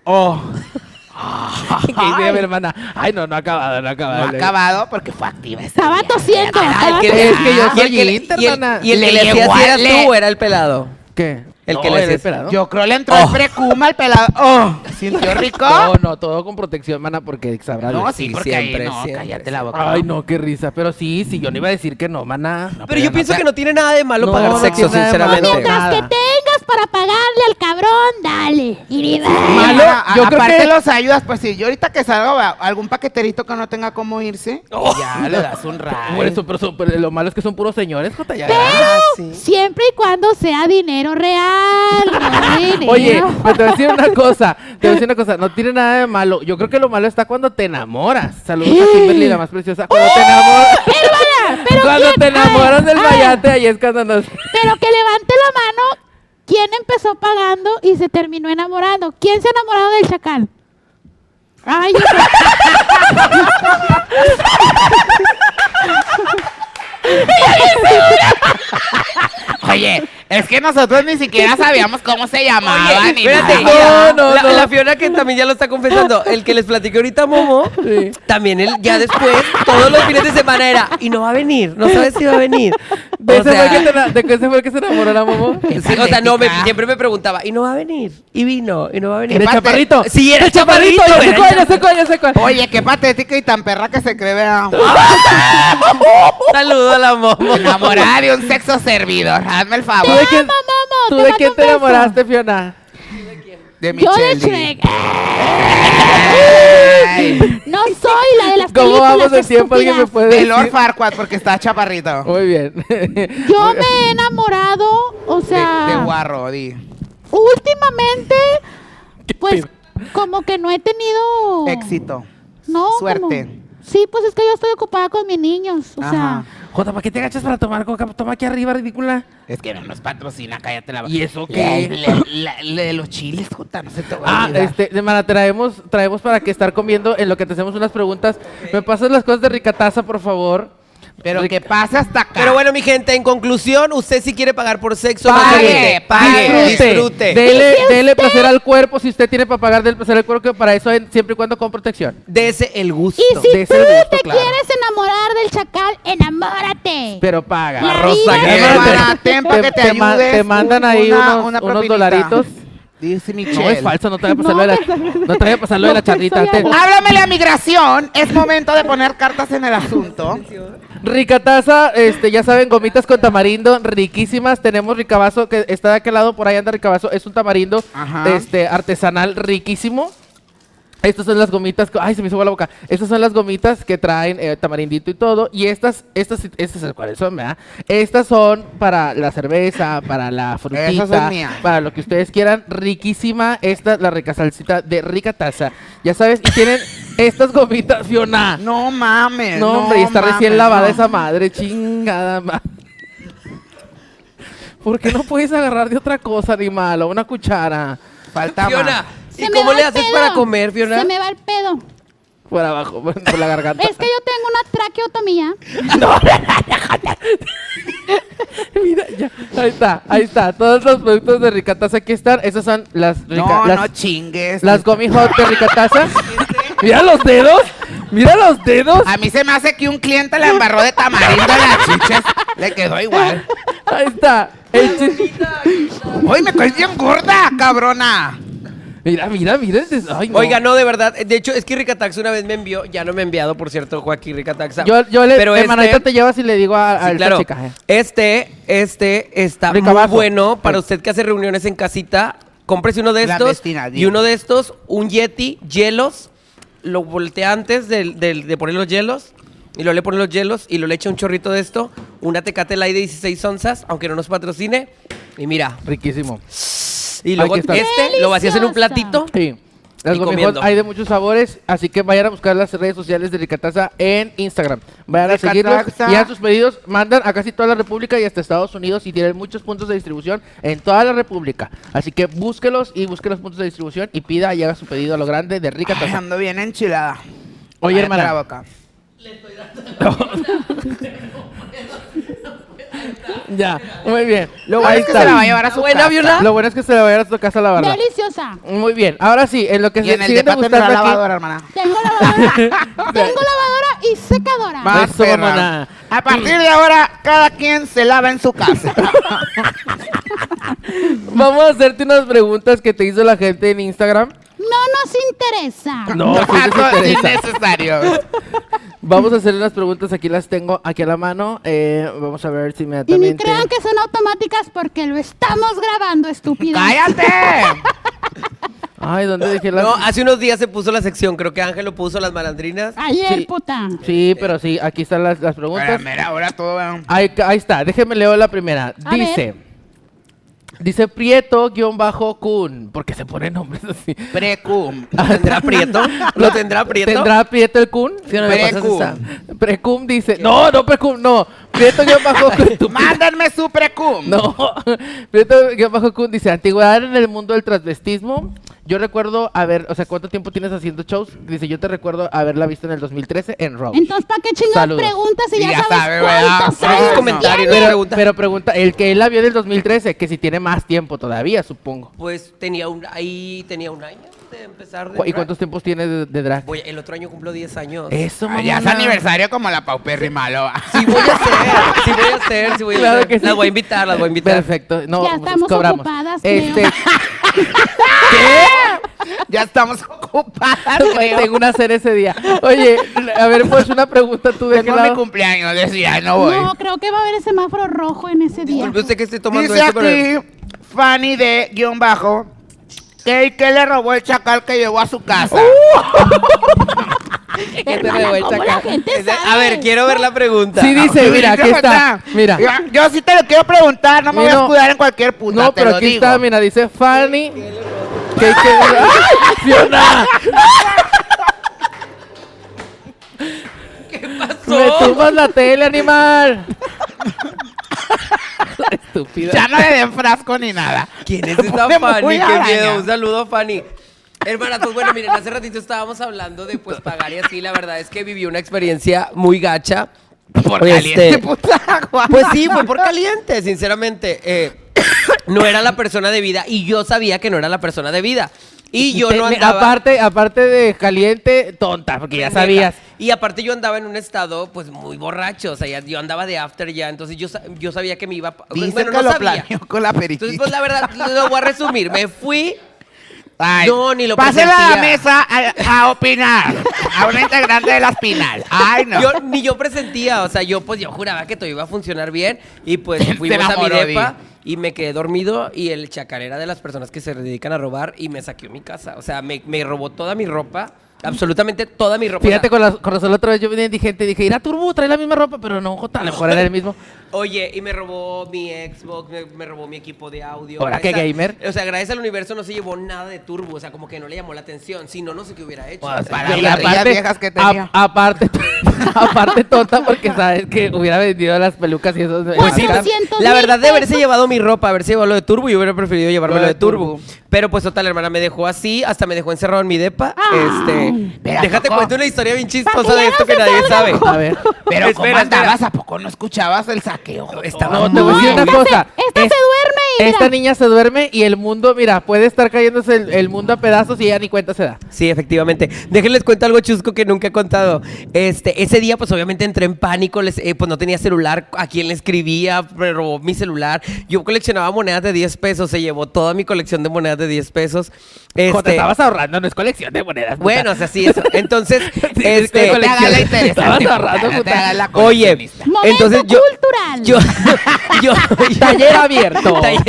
Speaker 2: Oh,
Speaker 1: ¿Qué idea, mi hermana? Ay, no, no ha acabado, no ha
Speaker 2: no
Speaker 1: acabado.
Speaker 2: ha acabado porque fue activa ese
Speaker 4: Estaba
Speaker 2: día.
Speaker 4: tosiendo.
Speaker 2: Ay,
Speaker 4: estaba
Speaker 2: qué-
Speaker 1: Es que yo
Speaker 2: Ah,
Speaker 3: Y
Speaker 1: soy
Speaker 3: el que le-
Speaker 1: Inter,
Speaker 3: y el-
Speaker 1: mana.
Speaker 3: Y el que
Speaker 2: Le
Speaker 3: le hacía
Speaker 2: llegó
Speaker 3: si
Speaker 2: a-
Speaker 3: eras
Speaker 2: le-
Speaker 3: tú o era el pelado.
Speaker 1: ¿Qué?
Speaker 3: El
Speaker 1: No,
Speaker 3: que le
Speaker 1: era
Speaker 3: hacía-
Speaker 1: esperado.
Speaker 2: Yo creo le entró el precuma el pelado. Oh, sintió rico.
Speaker 1: No, no, todo con protección, mana, porque sabrá.
Speaker 2: No,
Speaker 1: Dios.
Speaker 2: sí,
Speaker 3: Sí,
Speaker 2: porque ahí
Speaker 3: siempre,
Speaker 2: no,
Speaker 3: siempre.
Speaker 2: cállate la boca.
Speaker 1: Ay, no, qué risa. Pero sí, sí, yo no iba a decir que no, mana.
Speaker 3: Pero yo pienso que no tiene nada de malo
Speaker 1: No,
Speaker 3: pagar
Speaker 1: no
Speaker 3: sexo,
Speaker 1: tiene nada de malo.
Speaker 4: Pues
Speaker 3: sinceramente.
Speaker 4: mientras que
Speaker 1: nada.
Speaker 4: tengas para pagarle al cabrón, dale. Y viva.
Speaker 2: Malo,
Speaker 1: Malo, yo creo
Speaker 2: aparte
Speaker 1: que-
Speaker 2: los ayudas, pues si yo ahorita que salgo a algún paqueterito que no tenga cómo irse,
Speaker 1: pues
Speaker 2: ya le das un
Speaker 1: Por
Speaker 2: rayo.
Speaker 1: eso, pero, son- pero lo malo es que son puros señores, Jota. ya.
Speaker 4: Siempre y cuando sea dinero real. no dinero.
Speaker 1: Ah, Oye, pues, pero te voy a decir una cosa, te voy a decir una cosa, no tiene nada de malo. Yo creo que lo malo está cuando te enamoras. Saludos a Kimberly, la más preciosa. Cuando te enamoras,
Speaker 4: Hermana, pero
Speaker 1: cuando
Speaker 4: quién-
Speaker 1: te enamoras
Speaker 4: Ay,
Speaker 1: del
Speaker 4: ay,
Speaker 1: mayate, ahí es cuando nos.
Speaker 4: Pero que levante la mano. ¿Quién empezó pagando y se terminó enamorando? ¿Quién se ha enamorado del chacal? Ay, yo
Speaker 2: Oye, es que nosotros ni siquiera sabíamos cómo se llamaba.
Speaker 3: Oye,
Speaker 2: ni
Speaker 3: espérate,
Speaker 2: nada.
Speaker 1: No,
Speaker 3: no,
Speaker 1: no,
Speaker 3: no, la,
Speaker 1: no.
Speaker 3: la Fiona que también ya lo está confesando, el que les platiqué ahorita Momo,
Speaker 1: Sí.
Speaker 3: también él ya después, todos los fines de semana era, y no va a venir, no sabes si va a venir.
Speaker 1: ¿De,
Speaker 3: O
Speaker 1: ese fue el que
Speaker 3: sea,
Speaker 1: te ena- de que ese fue el que se enamoró la momo?
Speaker 3: sí, o sea, no, me-
Speaker 2: patética.
Speaker 3: siempre me preguntaba, y no va a venir, y vino, y no va a venir.
Speaker 1: ¿Era el
Speaker 2: parte-
Speaker 1: chaparrito?
Speaker 3: Sí, era el chaparrito,
Speaker 1: Chaparrito, yo sé
Speaker 3: era el
Speaker 1: cuál, yo sé cuál, yo sé cuál.
Speaker 2: Oye, qué patética y tan perra que se cree vea.
Speaker 3: chaparrito. Saludo a la Momo.
Speaker 2: enamorada de un sexo servidor. Hazme el
Speaker 1: ¿Tú
Speaker 2: favor.
Speaker 1: de quién,
Speaker 4: Momo,
Speaker 1: tú
Speaker 4: te
Speaker 1: de
Speaker 4: mando
Speaker 1: quién
Speaker 4: un
Speaker 1: te
Speaker 4: beso.
Speaker 1: enamoraste, Fiona?
Speaker 2: De
Speaker 4: yo de
Speaker 2: Michelle.
Speaker 4: Shrek.
Speaker 2: Ay,
Speaker 4: No soy la de las
Speaker 1: ¿Cómo
Speaker 4: películas
Speaker 1: vamos de tiempo? ¿Alguien me
Speaker 4: estúpidas.
Speaker 1: puede
Speaker 2: De
Speaker 1: decir?
Speaker 2: Lord Farquaad, porque está chaparrito.
Speaker 1: Muy bien.
Speaker 4: Yo me he enamorado, o
Speaker 2: De, de
Speaker 4: sea,
Speaker 2: guarro, di.
Speaker 4: últimamente, pues como que no he tenido
Speaker 2: Éxito.
Speaker 4: no,
Speaker 2: Suerte.
Speaker 4: como- sí, pues es que yo estoy ocupada con mis niños, o
Speaker 2: Ajá.
Speaker 4: sea,
Speaker 1: Jota, ¿para qué te agachas para tomar coca? Toma aquí arriba, ridícula.
Speaker 2: Es que no nos patrocina, cállate la boca.
Speaker 1: ¿Y eso qué?
Speaker 2: Le- le- le- le de los chiles, Jota, no se te va a
Speaker 1: Ah,
Speaker 2: olvidar.
Speaker 1: este, semana, traemos, traemos para que estar comiendo en lo que te hacemos unas preguntas. ¿Me pasas las cosas de Ricataza, por favor?
Speaker 2: Pero que pase hasta acá.
Speaker 3: Pero bueno, mi gente, en conclusión, usted si quiere pagar por sexo,
Speaker 2: Pague,
Speaker 3: pague, pague,
Speaker 2: pague.
Speaker 3: disfrute.
Speaker 1: Dele,
Speaker 4: ¿Y si
Speaker 1: dele placer al cuerpo. Si usted tiene para pagar del placer al cuerpo, que para eso hay- siempre y cuando con protección.
Speaker 3: Dese el gusto.
Speaker 4: y si
Speaker 1: de
Speaker 4: tú
Speaker 1: ese gusto,
Speaker 4: te
Speaker 1: claro.
Speaker 4: quieres enamorar del chacal, enamórate.
Speaker 1: Pero paga.
Speaker 4: La
Speaker 3: Rosa
Speaker 4: vida-
Speaker 3: Guerra.
Speaker 1: Hermana,
Speaker 2: Hermana, ten pa' que te,
Speaker 1: te ma-
Speaker 2: ayudes
Speaker 1: te mandan
Speaker 2: un-
Speaker 1: ahí
Speaker 2: una-
Speaker 1: unos-
Speaker 2: una
Speaker 1: unos
Speaker 2: propinita.
Speaker 1: dolaritos.
Speaker 2: Dice Michelle.
Speaker 1: No, es falso, no te voy a pasar lo de la, no te voy a pasar lo de
Speaker 4: No,
Speaker 1: la charrita.
Speaker 4: estoy
Speaker 1: Te-
Speaker 2: Háblamele a migración. Es momento de poner cartas en el asunto.
Speaker 1: Ricataza, este, ya saben, gomitas con tamarindo, riquísimas. Tenemos ricabazo que está de aquel lado, por ahí anda ricabazo, es un tamarindo
Speaker 2: Ajá.
Speaker 1: este, artesanal riquísimo. Estas son las gomitas, que- ay, se me hizo agua la boca. Estas son las gomitas que traen eh, tamarindito y todo. Y estas, estas, estas son cuáles son, ¿verdad? Estas son para la cerveza, para la
Speaker 2: Esas son
Speaker 1: frutita,
Speaker 2: mías.
Speaker 1: para lo que ustedes quieran. Riquísima esta, la rica salsita de Ricataza. Ya sabes, y tienen estas gomitas, Fiona.
Speaker 2: No mames.
Speaker 1: No, hombre, y está
Speaker 2: mames,
Speaker 1: recién lavada
Speaker 2: no.
Speaker 1: esa madre, chingada madre. ¿Por qué no puedes agarrar de otra cosa, animal? O una cuchara.
Speaker 2: Faltaba.
Speaker 3: Fiona,
Speaker 4: Se
Speaker 3: ¿y
Speaker 4: me
Speaker 3: cómo
Speaker 4: va
Speaker 3: le
Speaker 4: el
Speaker 3: haces
Speaker 4: pedo.
Speaker 3: para comer, Fiona?
Speaker 4: Se me va el pedo.
Speaker 1: Por abajo, por por la garganta.
Speaker 4: Es que yo tengo una traqueotomía.
Speaker 1: Mira, ya. Ahí está, ahí está. Todos los productos de Ricataza aquí están. Esas son las rica-
Speaker 2: No,
Speaker 1: las,
Speaker 2: no chingues.
Speaker 1: las Gomi Hot de Ricataza. Mira los dedos. Mira los dedos.
Speaker 2: A mí se me hace que un cliente la embarró de tamarindo en las chichas. Le quedó igual.
Speaker 1: Ahí está. El chis-
Speaker 2: Uy, me caes bien gorda, cabrona.
Speaker 1: Mira, mira, mira. el des- Ay, no.
Speaker 3: Oiga, no, de verdad. De hecho, es que Ricataxa una vez me envió, ya no me ha enviado, por cierto, Joaquín Ricataxa.
Speaker 1: Yo, yo le,
Speaker 3: pero
Speaker 1: hermanita,
Speaker 3: este-
Speaker 1: te llevas y le digo a, a
Speaker 3: Sí,
Speaker 1: esta
Speaker 3: claro.
Speaker 1: chica. eh.
Speaker 3: Este, este está
Speaker 1: Rica Eh.
Speaker 3: muy
Speaker 1: abajo.
Speaker 3: bueno para
Speaker 1: Sí.
Speaker 3: usted que hace reuniones en casita. Cómprese uno de estos
Speaker 2: Clandestina,
Speaker 3: y uno de estos, un Yeti, hielos. Lo voltea antes del- del- de, poner los hielos y luego le pone los hielos y lo le echa un chorrito de esto, una Tecate Light de 16 onzas, aunque no nos patrocine. Y mira,
Speaker 1: Riquísimo.
Speaker 3: y luego
Speaker 1: Aquí está.
Speaker 3: este lo vacías en un
Speaker 4: Deliciosa.
Speaker 3: platito.
Speaker 1: Sí. Las
Speaker 3: Y
Speaker 1: Gomi Hot
Speaker 3: comiendo.
Speaker 1: hay de muchos sabores, así que vayan a buscar las redes sociales de Ricataza en Instagram. Vayan a
Speaker 2: Ricataza.
Speaker 1: seguirlos y a sus pedidos mandan a casi toda la República y hasta Estados Unidos y tienen muchos puntos de distribución en toda la República. Así que búsquelos y busquen los puntos de distribución y pida y haga su pedido a lo grande de
Speaker 2: Ay,
Speaker 1: Ricataza.
Speaker 2: ando bien enchilada.
Speaker 1: Oye,
Speaker 2: Cállate
Speaker 1: hermana.
Speaker 2: la boca.
Speaker 1: Ya, muy bien.
Speaker 2: Lo bueno
Speaker 1: Ahí
Speaker 2: es que
Speaker 1: está.
Speaker 2: se la va a llevar a su
Speaker 3: Buena,
Speaker 2: casa.
Speaker 3: Viola.
Speaker 1: Lo bueno es que se la va a llevar a su casa a lavarla.
Speaker 4: Deliciosa.
Speaker 1: Muy bien, ahora sí, en lo que
Speaker 2: Y
Speaker 1: se
Speaker 2: en el
Speaker 1: siguen
Speaker 2: depa tendrá
Speaker 1: degustando aquí-
Speaker 2: lavadora, hermana.
Speaker 4: Tengo lavadora. tengo lavadora y secadora.
Speaker 1: Va. Eso,
Speaker 2: perra.
Speaker 1: mamona.
Speaker 2: A partir de ahora, cada quien se lava en su casa.
Speaker 1: Vamos a hacerte unas preguntas que te hizo la gente en Instagram.
Speaker 4: No nos interesa.
Speaker 1: No, sí les
Speaker 2: Dato
Speaker 1: interesa.
Speaker 2: innecesario.
Speaker 1: Vamos a hacer unas preguntas, aquí las tengo aquí a la mano. eh, vamos a ver si
Speaker 4: Y ni
Speaker 1: inmediatamente.
Speaker 4: crean que son automáticas porque lo estamos grabando, estúpida.
Speaker 2: ¡Cállate!
Speaker 1: Ay, ¿dónde dejé las.?
Speaker 3: No, hace unos días se puso la sección, creo que Ángel lo puso, las malandrinas.
Speaker 4: Ayer,
Speaker 1: Sí.
Speaker 4: puta.
Speaker 1: Sí, pero sí, aquí están las, las
Speaker 2: Mira,
Speaker 1: preguntas.
Speaker 2: mira, ahora todo va-
Speaker 1: Ahí, ahí está, déjenme leo la primera.
Speaker 4: A
Speaker 1: dice.
Speaker 4: ver.
Speaker 1: Dice Prieto-Kun, porque se ponen nombres así.
Speaker 2: Precum.
Speaker 3: ¿Tendrá prieto? ¿Lo tendrá prieto?
Speaker 1: ¿Tendrá Prieto el Kun?
Speaker 3: Fiona, ¿me pasas
Speaker 2: Precum.
Speaker 3: esa?
Speaker 1: Precum dice. No, no, Precum, no. Prieto-Kun. tú-
Speaker 2: Mándenme su precum. Ah,
Speaker 1: No, Prieto-Kun dice, antigüedad en el mundo del transvestismo. Yo recuerdo haber, o sea, ¿cuánto tiempo tienes haciendo shows? Dice, yo te recuerdo haberla visto en el 2013 en Raw.
Speaker 4: Entonces, ¿para qué chingados
Speaker 1: Saludos.
Speaker 4: preguntas si
Speaker 2: Y
Speaker 4: ya,
Speaker 2: ya
Speaker 4: sabes
Speaker 2: sabe, ¿verdad?
Speaker 4: cuántos
Speaker 2: Pero es
Speaker 4: años
Speaker 3: comentario,
Speaker 4: tiene?
Speaker 3: no es
Speaker 1: Pero,
Speaker 3: pregunta.
Speaker 1: pero pregunta, el que él la vio del 2013, que si tiene más tiempo todavía, supongo.
Speaker 3: Pues tenía un, ahí tenía un año de empezar. de
Speaker 1: ¿Cu- ¿Y
Speaker 3: drag.
Speaker 1: cuántos tiempos tiene de, de drag?
Speaker 3: Voy- el otro año cumplo 10 años.
Speaker 1: Eso,
Speaker 2: Ah, Ya es
Speaker 1: mamona.
Speaker 2: aniversario como la paupérrima malo.
Speaker 3: Sí voy a hacer, sí voy a hacer, sí voy a
Speaker 1: Claro
Speaker 3: hacer.
Speaker 1: que sí.
Speaker 3: Las voy a invitar, las voy a invitar.
Speaker 1: Perfecto. No,
Speaker 4: Ya estamos
Speaker 1: cobramos.
Speaker 4: ocupadas, creo.
Speaker 1: este,
Speaker 2: Ya estamos ocupadas, creo.
Speaker 1: tengo una hacer ese día. Oye, a ver, pues una pregunta tú de qué
Speaker 2: Tengo mi
Speaker 1: lado.
Speaker 2: cumpleaños, decía, no voy.
Speaker 4: No, creo que va a haber semáforo rojo en ese día.
Speaker 3: Disculpe usted que esté tomando
Speaker 2: Dice
Speaker 3: esto, pero...
Speaker 2: aquí Fanny de guión bajo que, que le robó el chacal que llevó a su casa.
Speaker 1: Uh,
Speaker 3: que te me voy a
Speaker 4: ¿Cómo la
Speaker 3: sacar.
Speaker 4: gente
Speaker 3: Es de-
Speaker 4: sabe?
Speaker 3: A ver, quiero ver la pregunta.
Speaker 1: Sí, dice,
Speaker 2: Ah, Yo
Speaker 1: mira,
Speaker 2: dije,
Speaker 1: aquí
Speaker 2: "Verdad".
Speaker 1: está. Mira.
Speaker 2: Yo, yo sí te lo quiero preguntar, no me voy a
Speaker 1: Mira.
Speaker 2: escudar en cualquier puta.
Speaker 1: No,
Speaker 2: te
Speaker 1: pero
Speaker 2: lo
Speaker 1: aquí
Speaker 2: digo.
Speaker 1: está, mira, dice Fanny. Que, que, ¡Ay, Fiona! ¡Me tumbas la tele, animal! Estúpida.
Speaker 2: Ya no le den frasco ni nada.
Speaker 3: ¿Quién es
Speaker 2: Se
Speaker 3: esta
Speaker 2: pone
Speaker 3: Fanny?
Speaker 2: muy
Speaker 3: Qué
Speaker 2: araña.
Speaker 3: miedo. Un saludo, Fanny. Hermana, pues bueno, miren, hace ratito estábamos hablando de pues pagar y así. La verdad es que viví una experiencia muy gacha.
Speaker 2: Por
Speaker 3: Este-
Speaker 2: caliente, puta agua.
Speaker 3: Pues sí, fue por caliente, sinceramente. Eh, no era la persona de vida y yo sabía que no era la persona de vida. Y yo
Speaker 1: Te-
Speaker 3: no
Speaker 1: me-
Speaker 3: andaba...
Speaker 1: Aparte, aparte de caliente,
Speaker 2: Ah,
Speaker 1: tonta, porque ya
Speaker 3: pendeja.
Speaker 1: sabías.
Speaker 3: Y aparte yo andaba en un estado pues muy borracho, o sea, ya- yo andaba de after ya, entonces yo, sa- yo sabía que me iba... a-
Speaker 2: Dicen
Speaker 3: bueno,
Speaker 2: que
Speaker 3: no
Speaker 2: lo
Speaker 3: sabía.
Speaker 2: planeó con la periquita.
Speaker 3: Entonces, pues la verdad, lo voy a resumir. Me fui,
Speaker 2: Ay,
Speaker 3: No, ni lo
Speaker 2: Pásenla a la mesa
Speaker 3: presentía.
Speaker 2: a, a opinar. A un integrante de la espinal. Ay, no.
Speaker 3: yo, ni yo presentía, o sea, yo pues yo juraba que todo iba a funcionar bien y pues
Speaker 2: Se
Speaker 3: fuimos a mi
Speaker 2: enamoró,
Speaker 3: depa y me quedé dormido y el chacarera de las personas que se dedican a robar y me saqueó mi casa, o sea, me, me robó toda mi ropa, absolutamente toda
Speaker 2: pues
Speaker 3: mi ropa. O sea,
Speaker 1: Fíjate, con, la, con razón la otra vez yo vine indigente y dije, irá Turbo, trae la misma ropa, pero no, Jota, a lo mejor era el mismo.
Speaker 3: Oye, y me robó mi Xbox, me, me robó mi equipo de audio.
Speaker 1: Ahora,
Speaker 3: Gracias
Speaker 1: ¿qué
Speaker 3: a-
Speaker 1: gamer?
Speaker 3: O sea, gracias al universo no se llevó nada de turbo, o sea, como que no le llamó la atención. Si no, no sé qué hubiera hecho.
Speaker 1: Pues,
Speaker 2: Para
Speaker 1: y
Speaker 2: las ardillas viejas que tenía.
Speaker 1: a- aparte, aparte tonta porque sabes que hubiera vendido las pelucas y esos.
Speaker 4: Pues sí,
Speaker 1: acá.
Speaker 4: pues sí. 400
Speaker 3: La verdad de
Speaker 4: mil
Speaker 3: haberse
Speaker 4: pesos.
Speaker 3: llevado mi ropa, haberse llevado lo de turbo, yo hubiera preferido llevarme
Speaker 1: Lo
Speaker 3: lo
Speaker 1: de
Speaker 3: de turbo.
Speaker 1: Turbo.
Speaker 3: Pero pues total, hermana, me dejó así, hasta me dejó encerrado en mi depa. este,
Speaker 2: pero
Speaker 3: déjate
Speaker 2: ¿a poco?
Speaker 3: cuento una historia bien
Speaker 4: Ah, Para
Speaker 3: chistosa
Speaker 4: que
Speaker 3: de
Speaker 4: ya
Speaker 3: esto
Speaker 4: no
Speaker 3: que
Speaker 4: se
Speaker 3: nadie
Speaker 4: salga
Speaker 3: sabe.
Speaker 4: con-
Speaker 1: A ver.
Speaker 2: Pero
Speaker 3: Espera,
Speaker 2: ¿cómo andabas?
Speaker 3: espera.
Speaker 2: ¿A poco no escuchabas el saqueo?
Speaker 3: Estaba
Speaker 1: No, te
Speaker 3: muy-
Speaker 1: voy a decir
Speaker 4: No,
Speaker 1: una
Speaker 4: esta se-
Speaker 1: cosa.
Speaker 4: esta se
Speaker 1: Es-
Speaker 4: duerme, mira.
Speaker 1: Esta niña se duerme y el mundo, mira, puede estar cayéndose el, el mundo a pedazos y ella ni cuenta se da.
Speaker 3: Sí, efectivamente. Déjenles cuento algo chusco que nunca he contado. Este, ese día, pues obviamente entré en pánico, les, eh, pues no tenía celular, a quién le escribía, me robó mi celular. Yo coleccionaba monedas de 10 pesos, se llevó toda mi colección de monedas de 10 pesos.
Speaker 1: Cuando te
Speaker 3: Este,
Speaker 1: estabas ahorrando, no es colección de monedas. puta.
Speaker 3: bueno, o sea, sí, eso. Entonces,
Speaker 1: Sí,
Speaker 3: este,
Speaker 1: es
Speaker 2: No te hagas la
Speaker 1: colección.
Speaker 2: interesante.
Speaker 1: Estabas ahorrando,
Speaker 2: puta, no te
Speaker 1: puta.
Speaker 2: hagas la
Speaker 3: Oye,
Speaker 2: coleccionista.
Speaker 4: Momento
Speaker 3: entonces yo,
Speaker 4: cultural.
Speaker 3: yo, yo, yo-
Speaker 1: Taller abierto.
Speaker 3: Taller-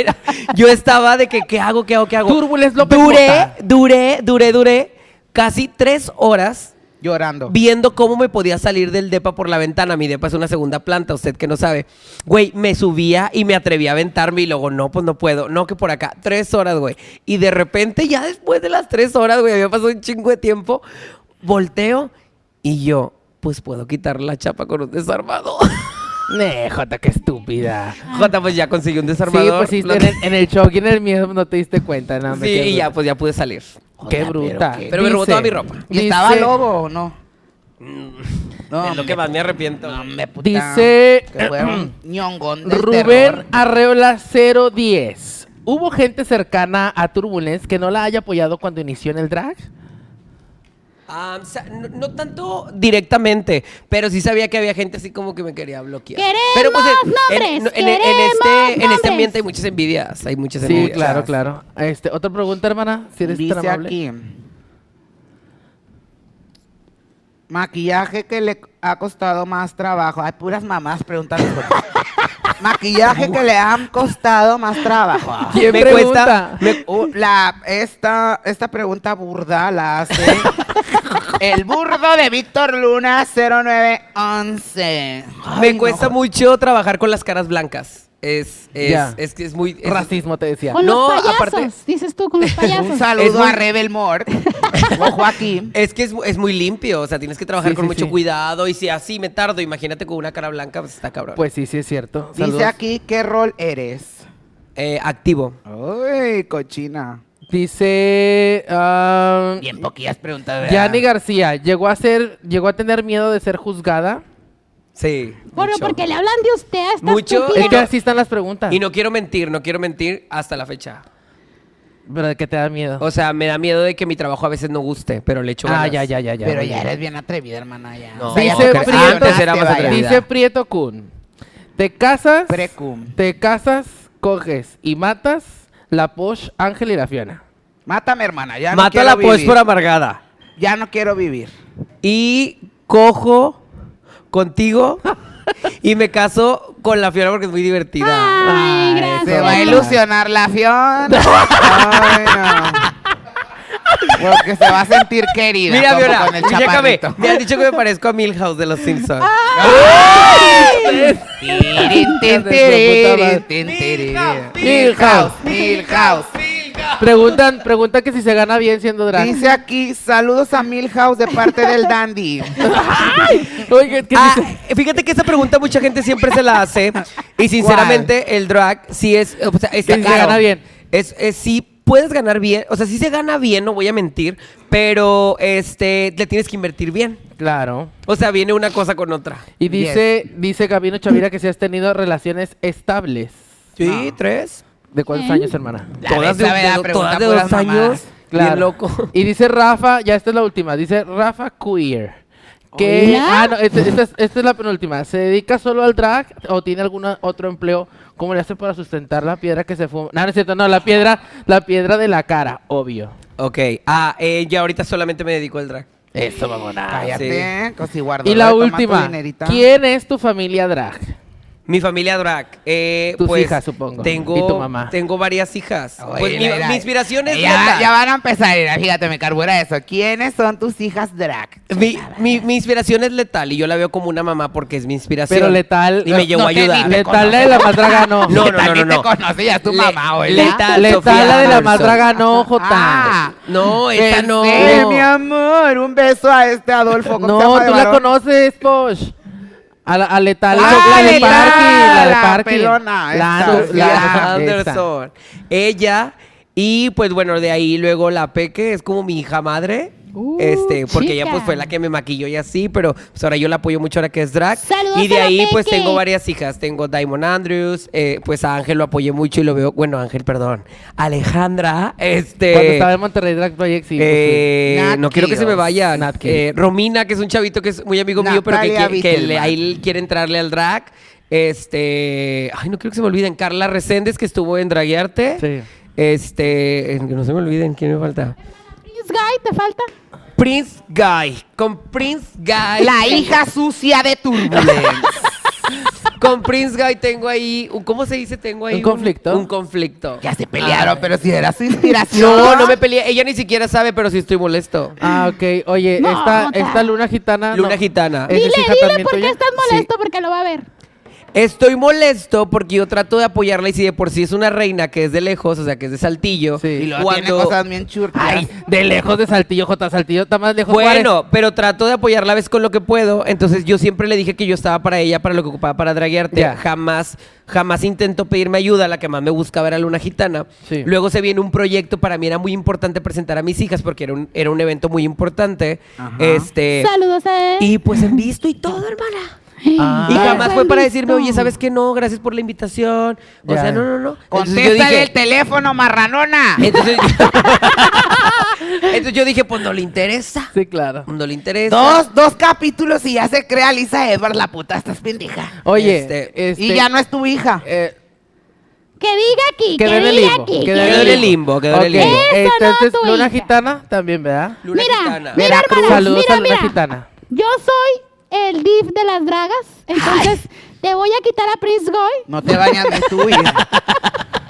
Speaker 3: yo estaba de que, ¿qué hago? ¿Qué hago? ¿Qué hago?
Speaker 1: Túrbules López
Speaker 3: duré,
Speaker 1: Mota.
Speaker 3: duré, duré, duré casi tres horas
Speaker 2: Llorando.
Speaker 3: viendo cómo me podía salir del depa por la ventana. Mi depa es una segunda planta, usted que no sabe. Güey, me subía y me atreví a aventarme y luego, no, pues no puedo. No, que por acá. Tres horas, güey. Y de repente, ya después de las tres horas, güey, había pasado un chingo de tiempo, volteo y yo, pues puedo quitar la chapa con un desarmado.
Speaker 1: Ne, Jota, qué estúpida.
Speaker 3: Jota, pues ya conseguí un
Speaker 1: Sí,
Speaker 3: desarmador.
Speaker 1: pues sí,
Speaker 3: Lo
Speaker 1: en
Speaker 3: que-
Speaker 1: el, en el shock y en el miedo no te diste cuenta. nada más
Speaker 3: Sí,
Speaker 1: que-
Speaker 3: y ya, pues ya pude salir.
Speaker 1: Qué
Speaker 2: Joder,
Speaker 1: bruta.
Speaker 2: pero qué-
Speaker 3: Pero me robó
Speaker 1: Dice-
Speaker 3: toda mi ropa.
Speaker 2: ¿Y estaba
Speaker 1: dice-
Speaker 2: lobo o no? Mm, No,
Speaker 3: es lo que
Speaker 2: hombre,
Speaker 3: más me arrepiento.
Speaker 2: No,
Speaker 3: güey.
Speaker 2: hombre, puta.
Speaker 1: Dice- eh,
Speaker 2: Que fue un ñongón del
Speaker 1: Rubén
Speaker 2: terror.
Speaker 1: Arreola 010. ¿Hubo gente cercana a Turbulence que no la haya apoyado cuando inició en el drag?
Speaker 3: Ah, o sea, no, no tanto directamente, pero sí sabía que había gente así como que me quería bloquear.
Speaker 4: ¡Queremos
Speaker 3: pero pues, en,
Speaker 4: nombres!
Speaker 3: en- en
Speaker 4: ¡Queremos
Speaker 3: este, en
Speaker 4: nombres!
Speaker 3: este ambiente hay muchas envidias, hay muchas
Speaker 1: Sí,
Speaker 3: envidias. Ah,
Speaker 1: claro, claro. Este, Otra pregunta, hermana, si eres tan
Speaker 2: Dice
Speaker 1: amable.
Speaker 2: aquí. Maquillaje que le ha costado más trabajo. Ay, puras mamás preguntan. por- Maquillaje que le han costado más trabajo.
Speaker 1: ¿Quién
Speaker 3: Me
Speaker 1: pregunta?
Speaker 3: cuesta-
Speaker 2: Me- u- la, esta, esta pregunta burda la hace el burdo de Víctor Luna 0911.
Speaker 3: me cuesta mucho trabajar con las caras blancas. Es, es,
Speaker 1: Ya.
Speaker 3: es que es muy es-
Speaker 1: Racismo, te decía.
Speaker 4: Con
Speaker 3: No,
Speaker 4: los payasos,
Speaker 3: aparte-
Speaker 4: dices tú, con los
Speaker 2: Un
Speaker 4: payasos.
Speaker 2: saludo
Speaker 3: Es muy-
Speaker 2: a Rebel Mort. Ojo aquí.
Speaker 3: Es que es, mu- es muy limpio, o sea, tienes que trabajar
Speaker 1: Sí, sí,
Speaker 3: con mucho
Speaker 1: sí.
Speaker 3: cuidado y si así me tardo, imagínate con una cara blanca, pues está cabrón.
Speaker 1: Pues sí, sí es cierto. Saludos.
Speaker 2: Dice aquí qué rol eres.
Speaker 3: Eh, activo.
Speaker 2: Uy, cochina.
Speaker 1: Dice, ah,
Speaker 2: Bien poquillas preguntas. ¿verdad?
Speaker 1: Yani García, ¿llegó a ser, llegó a tener miedo de ser juzgada?
Speaker 3: Sí.
Speaker 4: Bueno,
Speaker 3: mucho.
Speaker 4: porque le hablan de usted a esta
Speaker 3: Mucho,
Speaker 4: estúpida.
Speaker 1: Es que así están las preguntas.
Speaker 3: Y no quiero mentir, no quiero mentir hasta la fecha.
Speaker 1: Pero de que te da miedo.
Speaker 3: O sea, me da miedo de que mi trabajo a veces no guste, pero le echo
Speaker 1: ah,
Speaker 3: ganas.
Speaker 1: ya, ya, ya, ya.
Speaker 2: Pero
Speaker 1: muy
Speaker 2: ya
Speaker 1: bien.
Speaker 2: eres bien atrevida, hermana. Ya.
Speaker 3: No,
Speaker 2: O sea, ya
Speaker 1: Dice
Speaker 2: te
Speaker 3: antes
Speaker 1: Prieto,
Speaker 2: presionaste,
Speaker 3: era más
Speaker 2: vaya.
Speaker 3: atrevida.
Speaker 1: dice Prieto Kun. Te casas,
Speaker 2: Precum.
Speaker 1: te casas, coges y matas la Posh, Ángel y la Fiona.
Speaker 2: Mátame, hermana. Ya no
Speaker 3: Mato a
Speaker 2: quiero
Speaker 3: la
Speaker 2: vivir.
Speaker 3: post por amargada.
Speaker 2: Ya no quiero vivir.
Speaker 3: Y cojo contigo y me caso con la Fiona porque es muy divertida.
Speaker 2: Ah.
Speaker 3: Ah.
Speaker 4: Ay,
Speaker 2: Se
Speaker 4: gracias.
Speaker 2: va a ilusionar la Fiona. Ay, no. Porque se va a sentir querida.
Speaker 3: Mira,
Speaker 2: como
Speaker 3: Fiona,
Speaker 2: con el
Speaker 3: chécame.
Speaker 2: chaparrito. Ah.
Speaker 3: Me han dicho que me parezco a Milhouse de los Simpsons.
Speaker 2: Tirin, tin, tirin, tin, tirin.
Speaker 1: Milhouse,
Speaker 2: Milhouse.
Speaker 1: Preguntan, pregunta que si se gana bien siendo drag.
Speaker 2: Dice aquí, saludos a Milhouse de parte del Dandy.
Speaker 1: Oye, ¿qué
Speaker 3: Ah,
Speaker 1: dice?
Speaker 3: fíjate que esa pregunta mucha gente siempre se la hace y sinceramente el drag sí es, o sea, está
Speaker 1: Sí, se
Speaker 3: caro.
Speaker 1: gana bien.
Speaker 3: Es, es- sí puedes ganar bien, o sea, sí se gana bien, no voy a mentir, pero este le tienes que invertir bien.
Speaker 1: Claro.
Speaker 3: O sea, viene una cosa con otra.
Speaker 1: Y dice, dice Gabino Chavira que si has tenido relaciones estables.
Speaker 3: Sí, tres.
Speaker 1: ¿De cuántos
Speaker 4: ¿Eh?
Speaker 1: años, hermana?
Speaker 2: La
Speaker 3: todas de,
Speaker 2: ves, la
Speaker 3: de-
Speaker 2: verdad,
Speaker 3: todas
Speaker 2: pregunta
Speaker 3: de
Speaker 2: puras
Speaker 3: dos
Speaker 2: mamadas.
Speaker 3: años. Bien loco.
Speaker 1: Y dice Rafa, ya esta es la última, dice Rafa Queer. Que,
Speaker 4: Hola.
Speaker 1: ah, no, este- esta, es, esta es la penúltima. ¿Se dedica solo al drag o tiene algún otro empleo? ¿Cómo le hace para sustentar la piedra que se fuma? No, no es cierto, no, la piedra, la piedra de la cara, obvio.
Speaker 3: Ok. Ah, eh, yo ahorita solamente me dedico al drag.
Speaker 1: Eso, mamona.
Speaker 2: Cállate, cosi guardo.
Speaker 1: Y la última, ¿quién es tu familia drag?
Speaker 3: Mi familia drag. eh,
Speaker 1: Tus
Speaker 3: pues,
Speaker 1: hijas, supongo,
Speaker 3: Tengo,
Speaker 1: y tu mamá.
Speaker 3: Tengo varias hijas. pues
Speaker 2: Oye,
Speaker 3: mi,
Speaker 2: mira,
Speaker 3: mi inspiración es
Speaker 2: Ya,
Speaker 3: neta.
Speaker 2: ya van a empezar, mira, fíjate, me carbura eso. ¿Quiénes son tus hijas drag?
Speaker 3: Mi, mi- mi inspiración es letal y yo la veo como una mamá porque es mi inspiración.
Speaker 1: Pero letal. eh,
Speaker 3: Y me llevó
Speaker 2: no
Speaker 3: a
Speaker 2: te-
Speaker 3: ayudar.
Speaker 2: ni te
Speaker 1: Letal la de la madraga no.
Speaker 3: No,
Speaker 2: Que también
Speaker 3: no, no.
Speaker 2: te conoce, ya es tu
Speaker 3: Le-
Speaker 2: mamá, oye.
Speaker 3: letal. Sofía
Speaker 1: Letal la de la
Speaker 3: Anderson.
Speaker 1: madraga no, Jota.
Speaker 2: Ah,
Speaker 3: No, esa no.
Speaker 2: pensé, mi amor, un beso a este Adolfo. ¿cómo se
Speaker 1: No,
Speaker 2: llama de
Speaker 1: tú la
Speaker 2: varón?
Speaker 1: conoces, Posh. A, la- a letal,
Speaker 2: Ah,
Speaker 1: la de
Speaker 2: Letal,
Speaker 1: Parkin, la de
Speaker 2: la
Speaker 1: Parkin.
Speaker 2: pelona,
Speaker 1: La-
Speaker 2: esta,
Speaker 1: la-
Speaker 2: sí,
Speaker 1: esa.
Speaker 3: Sofía Anderson. Ella. Y pues bueno, de ahí luego la Peque es como mi hija madre.
Speaker 4: Uh,
Speaker 3: este, porque ella pues
Speaker 4: chica.
Speaker 3: fue la que me maquilló y así, pero pues ahora yo la apoyo mucho ahora que es drag.
Speaker 4: Saludos
Speaker 3: y de
Speaker 4: a la
Speaker 3: ahí pues
Speaker 4: Peque.
Speaker 3: tengo varias hijas. Tengo Diamond Andrews, eh, pues a Ángel lo apoyé mucho y lo veo, bueno, Ángel, perdón. Alejandra, este.
Speaker 1: Cuando estaba en Monterrey Drag Project, sí.
Speaker 3: Eh,
Speaker 2: Nat
Speaker 3: no quiero que se me
Speaker 2: Kiros.
Speaker 3: vaya.
Speaker 1: Nat
Speaker 3: Eh, Romina, que es un chavito que es muy amigo mío, pero que,
Speaker 2: Natalia
Speaker 3: quiere- que le-
Speaker 2: Wittelman.
Speaker 3: ahí quiere entrarle al drag. Este, ay, no quiero que se me olviden. Carla Reséndez, que estuvo en Draguearte.
Speaker 1: Sí.
Speaker 3: Este, eh, que no se me olviden, ¿quién me falta?
Speaker 4: Prince Guy, ¿te falta?
Speaker 3: Prince Guy, con Prince Guy.
Speaker 2: La hija sucia de Turbulence.
Speaker 3: Con Prince Guy tengo ahí, un- ¿cómo se dice? Tengo ahí
Speaker 1: ¿Un conflicto?
Speaker 3: Un, conflicto.
Speaker 2: ya se pelearon,
Speaker 3: Ay.
Speaker 2: pero si era su inspiración.
Speaker 3: Ah. No, no me peleé. Ella ni siquiera sabe, pero sí estoy molesto.
Speaker 1: Ah, ok. Oye,
Speaker 4: No,
Speaker 1: esta,
Speaker 4: Jota.
Speaker 1: esta luna gitana.
Speaker 3: Luna
Speaker 1: Ah, no.
Speaker 3: gitana.
Speaker 1: ¿Esa es
Speaker 4: Dile,
Speaker 1: hija
Speaker 4: dile
Speaker 1: también
Speaker 4: por qué
Speaker 1: tuya?
Speaker 4: estás molesto, porque lo va a ver.
Speaker 3: Estoy molesto porque yo trato de apoyarla y si de por sí es una reina que es de lejos, o sea, que es de Saltillo,
Speaker 1: Sí.
Speaker 2: Y luego tiene
Speaker 3: cuando...
Speaker 2: cosas bien churcas.
Speaker 1: Ay, de lejos de Saltillo, J. Saltillo está más lejos. Juárez.
Speaker 3: Bueno, pero trato de apoyarla a veces con lo que puedo, entonces yo siempre le dije que yo estaba para ella, para lo que ocupaba para draguearte.
Speaker 1: Ya.
Speaker 3: Jamás, jamás intentó pedirme ayuda, la que más me buscaba era Luna Gitana.
Speaker 1: Sí.
Speaker 3: Luego se viene un proyecto, para mí era muy importante presentar a mis hijas porque era un, era un evento muy importante.
Speaker 2: Ajá.
Speaker 3: Este,
Speaker 4: Saludos a él.
Speaker 3: y pues en visto y todo, hermana.
Speaker 1: Ah.
Speaker 3: Y jamás fue para
Speaker 4: listo.
Speaker 3: decirme, oye, ¿sabes qué? No, gracias por la invitación. O
Speaker 1: Ya.
Speaker 3: sea, no, no, no. Entonces yo
Speaker 2: Contesta
Speaker 3: dije,
Speaker 2: el teléfono, marranona.
Speaker 3: entonces, entonces yo dije, pues no le interesa. pues
Speaker 1: Sí, claro.
Speaker 3: No le interesa.
Speaker 2: Dos, dos capítulos y ya se crea Lisa Edwards, la puta, estás pendeja.
Speaker 1: Oye,
Speaker 3: Este,
Speaker 1: este,
Speaker 2: Y ya no es tu hija.
Speaker 1: eh,
Speaker 4: Que diga aquí, que,
Speaker 1: quedó en el
Speaker 4: diga
Speaker 1: limbo.
Speaker 4: aquí.
Speaker 3: quedó
Speaker 4: que
Speaker 3: en el
Speaker 4: diga.
Speaker 3: limbo, quedó en el
Speaker 1: ok,
Speaker 3: limbo.
Speaker 4: Eso no,
Speaker 1: Entonces,
Speaker 4: tu
Speaker 1: luna
Speaker 4: hija.
Speaker 1: gitana también, ¿verdad?
Speaker 3: Luna
Speaker 4: mira,
Speaker 3: gitana.
Speaker 4: mira,
Speaker 1: Veracruz.
Speaker 4: hermanas,
Speaker 1: Saludos a
Speaker 4: mira,
Speaker 1: la
Speaker 4: mira.
Speaker 1: gitana.
Speaker 4: Yo soy el div de las dragas, entonces te voy a quitar a Prince Goy
Speaker 2: No te bañas de tu hija.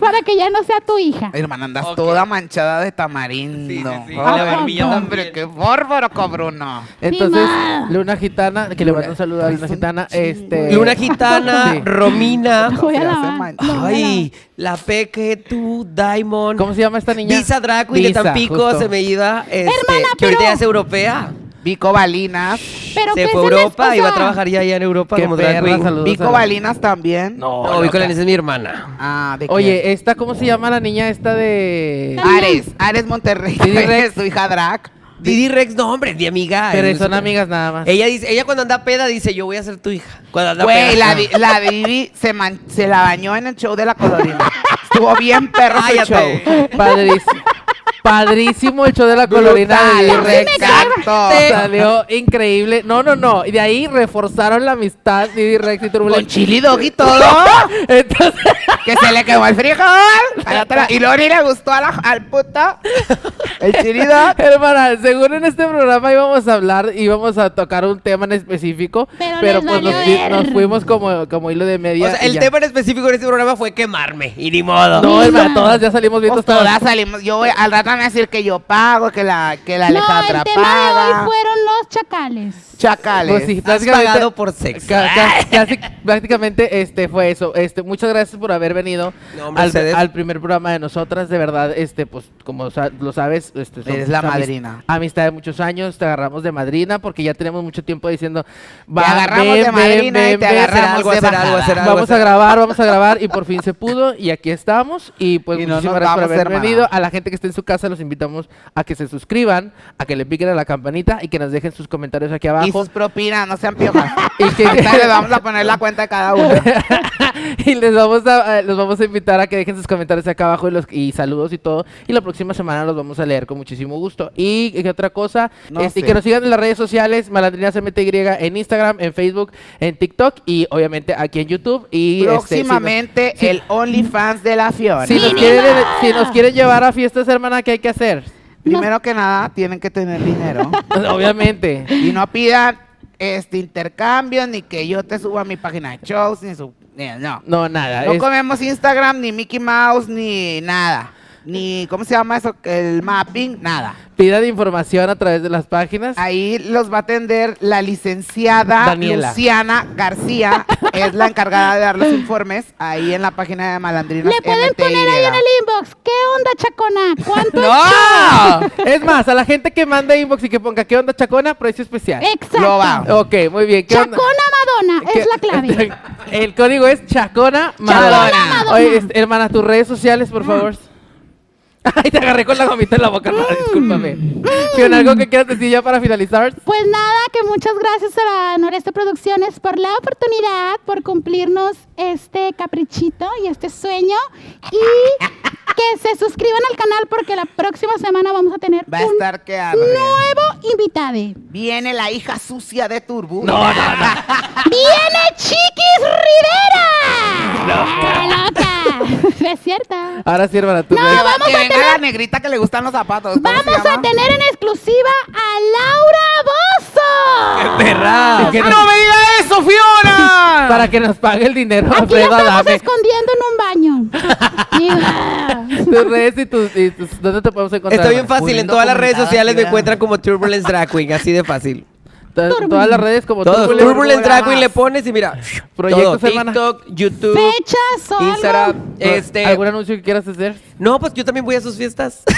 Speaker 4: para que ya no sea tu hija.
Speaker 2: Hermana, andas
Speaker 3: Ok.
Speaker 2: toda manchada de tamarindo.
Speaker 3: Sí, sí, sí.
Speaker 2: Ay,
Speaker 3: La barbilla
Speaker 2: no,
Speaker 3: también.
Speaker 2: hombre, qué bárbaro, cobruno.
Speaker 1: Entonces,
Speaker 4: modo.
Speaker 1: luna gitana, que le mando un saludo a luna gitana. Este,
Speaker 3: Luna gitana,
Speaker 1: Sí.
Speaker 3: Romina.
Speaker 4: Voy a
Speaker 2: se hace
Speaker 4: lavar.
Speaker 2: mal.
Speaker 4: lo voy a lavar.
Speaker 3: Ay, la peque, tú, Diamond.
Speaker 1: ¿Cómo se llama esta niña?
Speaker 3: Visa Draco y de
Speaker 1: Visa,
Speaker 3: Tampico
Speaker 1: justo.
Speaker 3: se me iba. Este,
Speaker 4: Hermana,
Speaker 3: que ahorita
Speaker 4: pero-
Speaker 3: ya es europea.
Speaker 2: Vico Balinas.
Speaker 4: Pero
Speaker 3: se
Speaker 4: que
Speaker 3: fue a
Speaker 4: esa es
Speaker 3: Europa
Speaker 4: la
Speaker 3: y va a
Speaker 4: esposa.
Speaker 3: trabajar ya allá en Europa
Speaker 1: Qué
Speaker 3: como drag
Speaker 1: perra,
Speaker 3: queen.
Speaker 1: saludos. a
Speaker 2: Vico
Speaker 1: la-
Speaker 2: Balinas también.
Speaker 3: No, Vicolines es mi hermana.
Speaker 2: Ah, ¿de quién?
Speaker 1: Oye, esta, ¿cómo se llama la niña esta de...?
Speaker 2: Ares, Ares Monterrey.
Speaker 1: Sí, direct.
Speaker 2: Es tu hija drag.
Speaker 3: Didi Rex, no, hombre, es mi amiga.
Speaker 1: Pero
Speaker 3: es-
Speaker 1: son amigas nada más.
Speaker 3: Ella dice, ella cuando anda peda dice, yo voy a ser tu hija. Cuando anda
Speaker 2: Güey,
Speaker 3: peda. Ah.
Speaker 2: la, di- la Didi se, man- se la bañó en el show de la colorina. Estuvo bien perro su
Speaker 3: Cállate.
Speaker 2: show.
Speaker 1: Padrísimo. Padrísimo el show de la colorina de
Speaker 2: Brutal,
Speaker 1: Didi Rex.
Speaker 2: exacto.
Speaker 1: Salió increíble. No, no, no. Y de ahí reforzaron la amistad Didi Rex y
Speaker 2: Con
Speaker 1: Turbulence.
Speaker 2: chili dog y todo.
Speaker 1: Entonces,
Speaker 2: Que se le quemó el frijol. a la otra- Y luego ni le gustó a la- al puto. El chili dog.
Speaker 1: hermana, según en este programa íbamos a hablar, íbamos a tocar un tema en específico,
Speaker 4: Pero
Speaker 1: pero,
Speaker 4: les
Speaker 1: pues
Speaker 4: valió
Speaker 1: nos, di- nos
Speaker 4: ver.
Speaker 1: fuimos como, como hilo de media.
Speaker 3: O sea,
Speaker 1: y
Speaker 3: el
Speaker 1: ya.
Speaker 3: tema en específico en este programa fue quemarme. Y ni modo.
Speaker 1: No, hermana, todas ya salimos bien
Speaker 2: Pues
Speaker 1: tostadas.
Speaker 2: todas salimos. Yo voy- al rato van a decir que yo pago, que la, que la
Speaker 4: No, el
Speaker 2: Alejandra
Speaker 4: tema de hoy
Speaker 2: paga.
Speaker 4: fueron los chacales.
Speaker 2: Chacales.
Speaker 1: Pues sí,
Speaker 3: Has
Speaker 1: prácticamente-
Speaker 3: pagado por sexo. Ah.
Speaker 1: ca- ca- casi- prácticamente este fue eso. Este, muchas gracias por haber venido
Speaker 3: No, hombre,
Speaker 1: al,
Speaker 3: ustedes-
Speaker 1: al primer programa de nosotras. De verdad, este, pues, como sa- lo sabes, este, somos
Speaker 2: Eres la
Speaker 1: amis-
Speaker 2: madrina.
Speaker 1: Amistad de muchos años, te agarramos de madrina porque ya tenemos mucho tiempo diciendo. va,
Speaker 2: agarramos de madrina y te
Speaker 1: será
Speaker 2: agarramos
Speaker 1: algo,
Speaker 2: de
Speaker 1: será
Speaker 2: bajada.
Speaker 1: algo, será
Speaker 3: Vamos
Speaker 1: algo, Vamos a
Speaker 3: a
Speaker 1: grabar, vamos a grabar y por fin se pudo y aquí estamos y pues
Speaker 2: Y no
Speaker 1: muchísimas
Speaker 2: nos
Speaker 1: gracias por
Speaker 2: vamos,
Speaker 1: haber
Speaker 2: hermana.
Speaker 1: venido. A la gente que esté en su casa los invitamos a que se suscriban, a que le piquen a la campanita y que nos dejen sus comentarios aquí abajo.
Speaker 2: Y sus propinas, no sean piojas.
Speaker 1: Y que-
Speaker 2: Ahorita le vamos a poner la cuenta de cada uno.
Speaker 1: y les vamos a eh, los vamos a invitar a que dejen sus comentarios acá abajo y los y saludos y todo y la próxima semana los vamos a leer con muchísimo gusto y qué otra cosa
Speaker 2: No
Speaker 1: Este, y
Speaker 2: sé.
Speaker 1: que nos sigan en las redes sociales malandrinas mty en Instagram en Facebook en TikTok y obviamente aquí en YouTube y este, si nos-
Speaker 2: Próximamente
Speaker 1: si-
Speaker 2: el OnlyFans de la Fiona.
Speaker 1: si nos, quieren, si nos quieren llevar a fiestas hermana qué hay que hacer
Speaker 2: Primero que nada, tienen que tener dinero.
Speaker 1: obviamente
Speaker 2: y no pidan este intercambios, ni que yo te suba a mi página de shows, ni su. ni- no.
Speaker 1: No, nada.
Speaker 2: No
Speaker 1: es-
Speaker 2: comemos Instagram, ni Mickey Mouse, ni nada. Ni, ¿cómo se llama eso? El mapping, nada.
Speaker 1: Pidan información a través de las páginas.
Speaker 2: Ahí los va a atender la licenciada
Speaker 1: Daniela.
Speaker 2: Luciana García, es la encargada de dar los informes ahí en la página de Malandrinas.
Speaker 4: Le pueden
Speaker 2: MTY.
Speaker 4: poner ahí en el inbox. ¿Qué onda, chacona? ¿Cuánto?
Speaker 1: ¡No! Es más, a la gente que mande inbox y que ponga ¿qué onda chacona? Precio especial.
Speaker 4: Exacto.
Speaker 2: Lo va.
Speaker 1: Ok, muy bien. ¿Qué onda?
Speaker 4: Chacona Madonna
Speaker 1: ¿Qué-
Speaker 4: es la
Speaker 2: Este,
Speaker 4: clave.
Speaker 1: El código es Chacona Madonna.
Speaker 4: Chacona Madonna.
Speaker 1: Oye, este, hermana, tus redes sociales, por favor. Mm. Ay, te agarré con la gomita en la boca, hermana, discúlpame. ¿Tiene Mm. algo que quieras decir ya para finalizar?
Speaker 4: Pues nada, que muchas gracias a Noreste Producciones por la oportunidad, por cumplirnos este caprichito y este sueño. Y que se suscriban al canal porque la próxima semana vamos a tener
Speaker 2: Va a
Speaker 4: un
Speaker 2: estar que arde.
Speaker 4: nuevo invitado.
Speaker 2: Viene la hija sucia de Turbo.
Speaker 4: ¡Viene Chiquis Rivera! ¡Loca! es cierto.
Speaker 1: Ahora sí, hermana, tus
Speaker 4: No,
Speaker 1: redes.
Speaker 4: vamos
Speaker 2: que
Speaker 4: a
Speaker 2: venga
Speaker 4: tener-
Speaker 2: la negrita que le gustan los zapatos. ¿Cómo se
Speaker 4: Vamos a
Speaker 2: llama?
Speaker 4: tener en exclusiva a Laura Bozo.
Speaker 3: Ah,
Speaker 1: Para que nos-
Speaker 2: ¡No me diga eso, Fiona!
Speaker 1: Para que nos pague el dinero,
Speaker 4: Aquí la
Speaker 1: Alfredo
Speaker 4: estamos
Speaker 1: Adame.
Speaker 4: escondiendo en un baño. Digo,
Speaker 1: Tus redes y tus, y tus- ¿Dónde te podemos encontrar?
Speaker 3: Está bien
Speaker 1: hermana?
Speaker 3: fácil. En
Speaker 2: Pudiendo
Speaker 3: todas las redes
Speaker 2: comentar,
Speaker 3: sociales me
Speaker 2: mira.
Speaker 3: encuentran como Turbulence Drag Queen. Así de fácil.
Speaker 1: Todas- Todas las redes como
Speaker 3: Todos.
Speaker 1: Turbulence.
Speaker 3: Turbulence Drag
Speaker 2: Dramas.
Speaker 3: Queen le pones y mira.
Speaker 1: Proyectos,
Speaker 3: Todo.
Speaker 1: hermana.
Speaker 3: TikTok, YouTube,
Speaker 4: Fechas o algo.
Speaker 3: Instagram. Este.
Speaker 1: ¿Algún anuncio que quieras hacer?
Speaker 3: No, pues yo también voy a sus fiestas.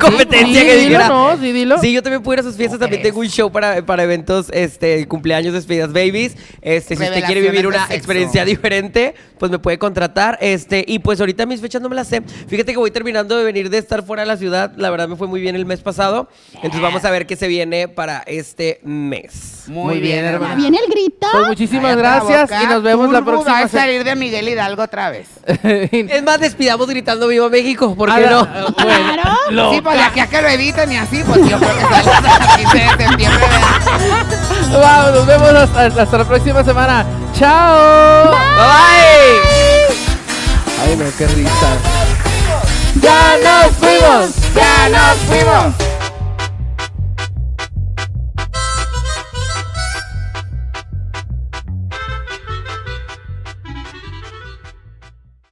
Speaker 3: Competencia
Speaker 1: Sí,
Speaker 3: que
Speaker 1: dilo,
Speaker 3: dijera.
Speaker 1: no, sí, dilo.
Speaker 3: Sí, yo también puedo ir a sus fiestas. También tengo un show para, para eventos, este, cumpleaños, despedidas, babies. Este, si usted
Speaker 2: Revelaciones
Speaker 3: quiere vivir
Speaker 2: de
Speaker 3: una
Speaker 2: sexo.
Speaker 3: experiencia diferente, pues me puede contratar. Este, y pues ahorita mis fechas no me las sé. Fíjate que voy terminando de venir de estar fuera de la ciudad. La verdad me fue muy bien el mes pasado. Entonces vamos a ver qué se viene para este mes.
Speaker 2: Muy,
Speaker 1: Muy bien,
Speaker 2: bien,
Speaker 1: hermana.
Speaker 4: Ah,
Speaker 2: hermano.
Speaker 4: Viene el grito.
Speaker 1: Pues muchísimas gracias y nos vemos la
Speaker 2: Va
Speaker 1: próxima
Speaker 2: a
Speaker 1: semana.
Speaker 2: salir de Miguel Hidalgo otra vez.
Speaker 3: Es más, despidamos gritando Viva México, ¿por
Speaker 1: A
Speaker 3: qué
Speaker 1: la-
Speaker 3: no?
Speaker 1: ah, Bueno,
Speaker 4: Claro.
Speaker 2: Sí, pues de aquí a que lo editen y así, pues yo creo que sale hasta el 15 de septiembre. ¿verdad?
Speaker 1: Wow, nos vemos hasta, hasta la próxima semana. ¡Chao! Ay, no, qué risa. ¡Ya nos fuimos!
Speaker 2: ¡Ya nos fuimos!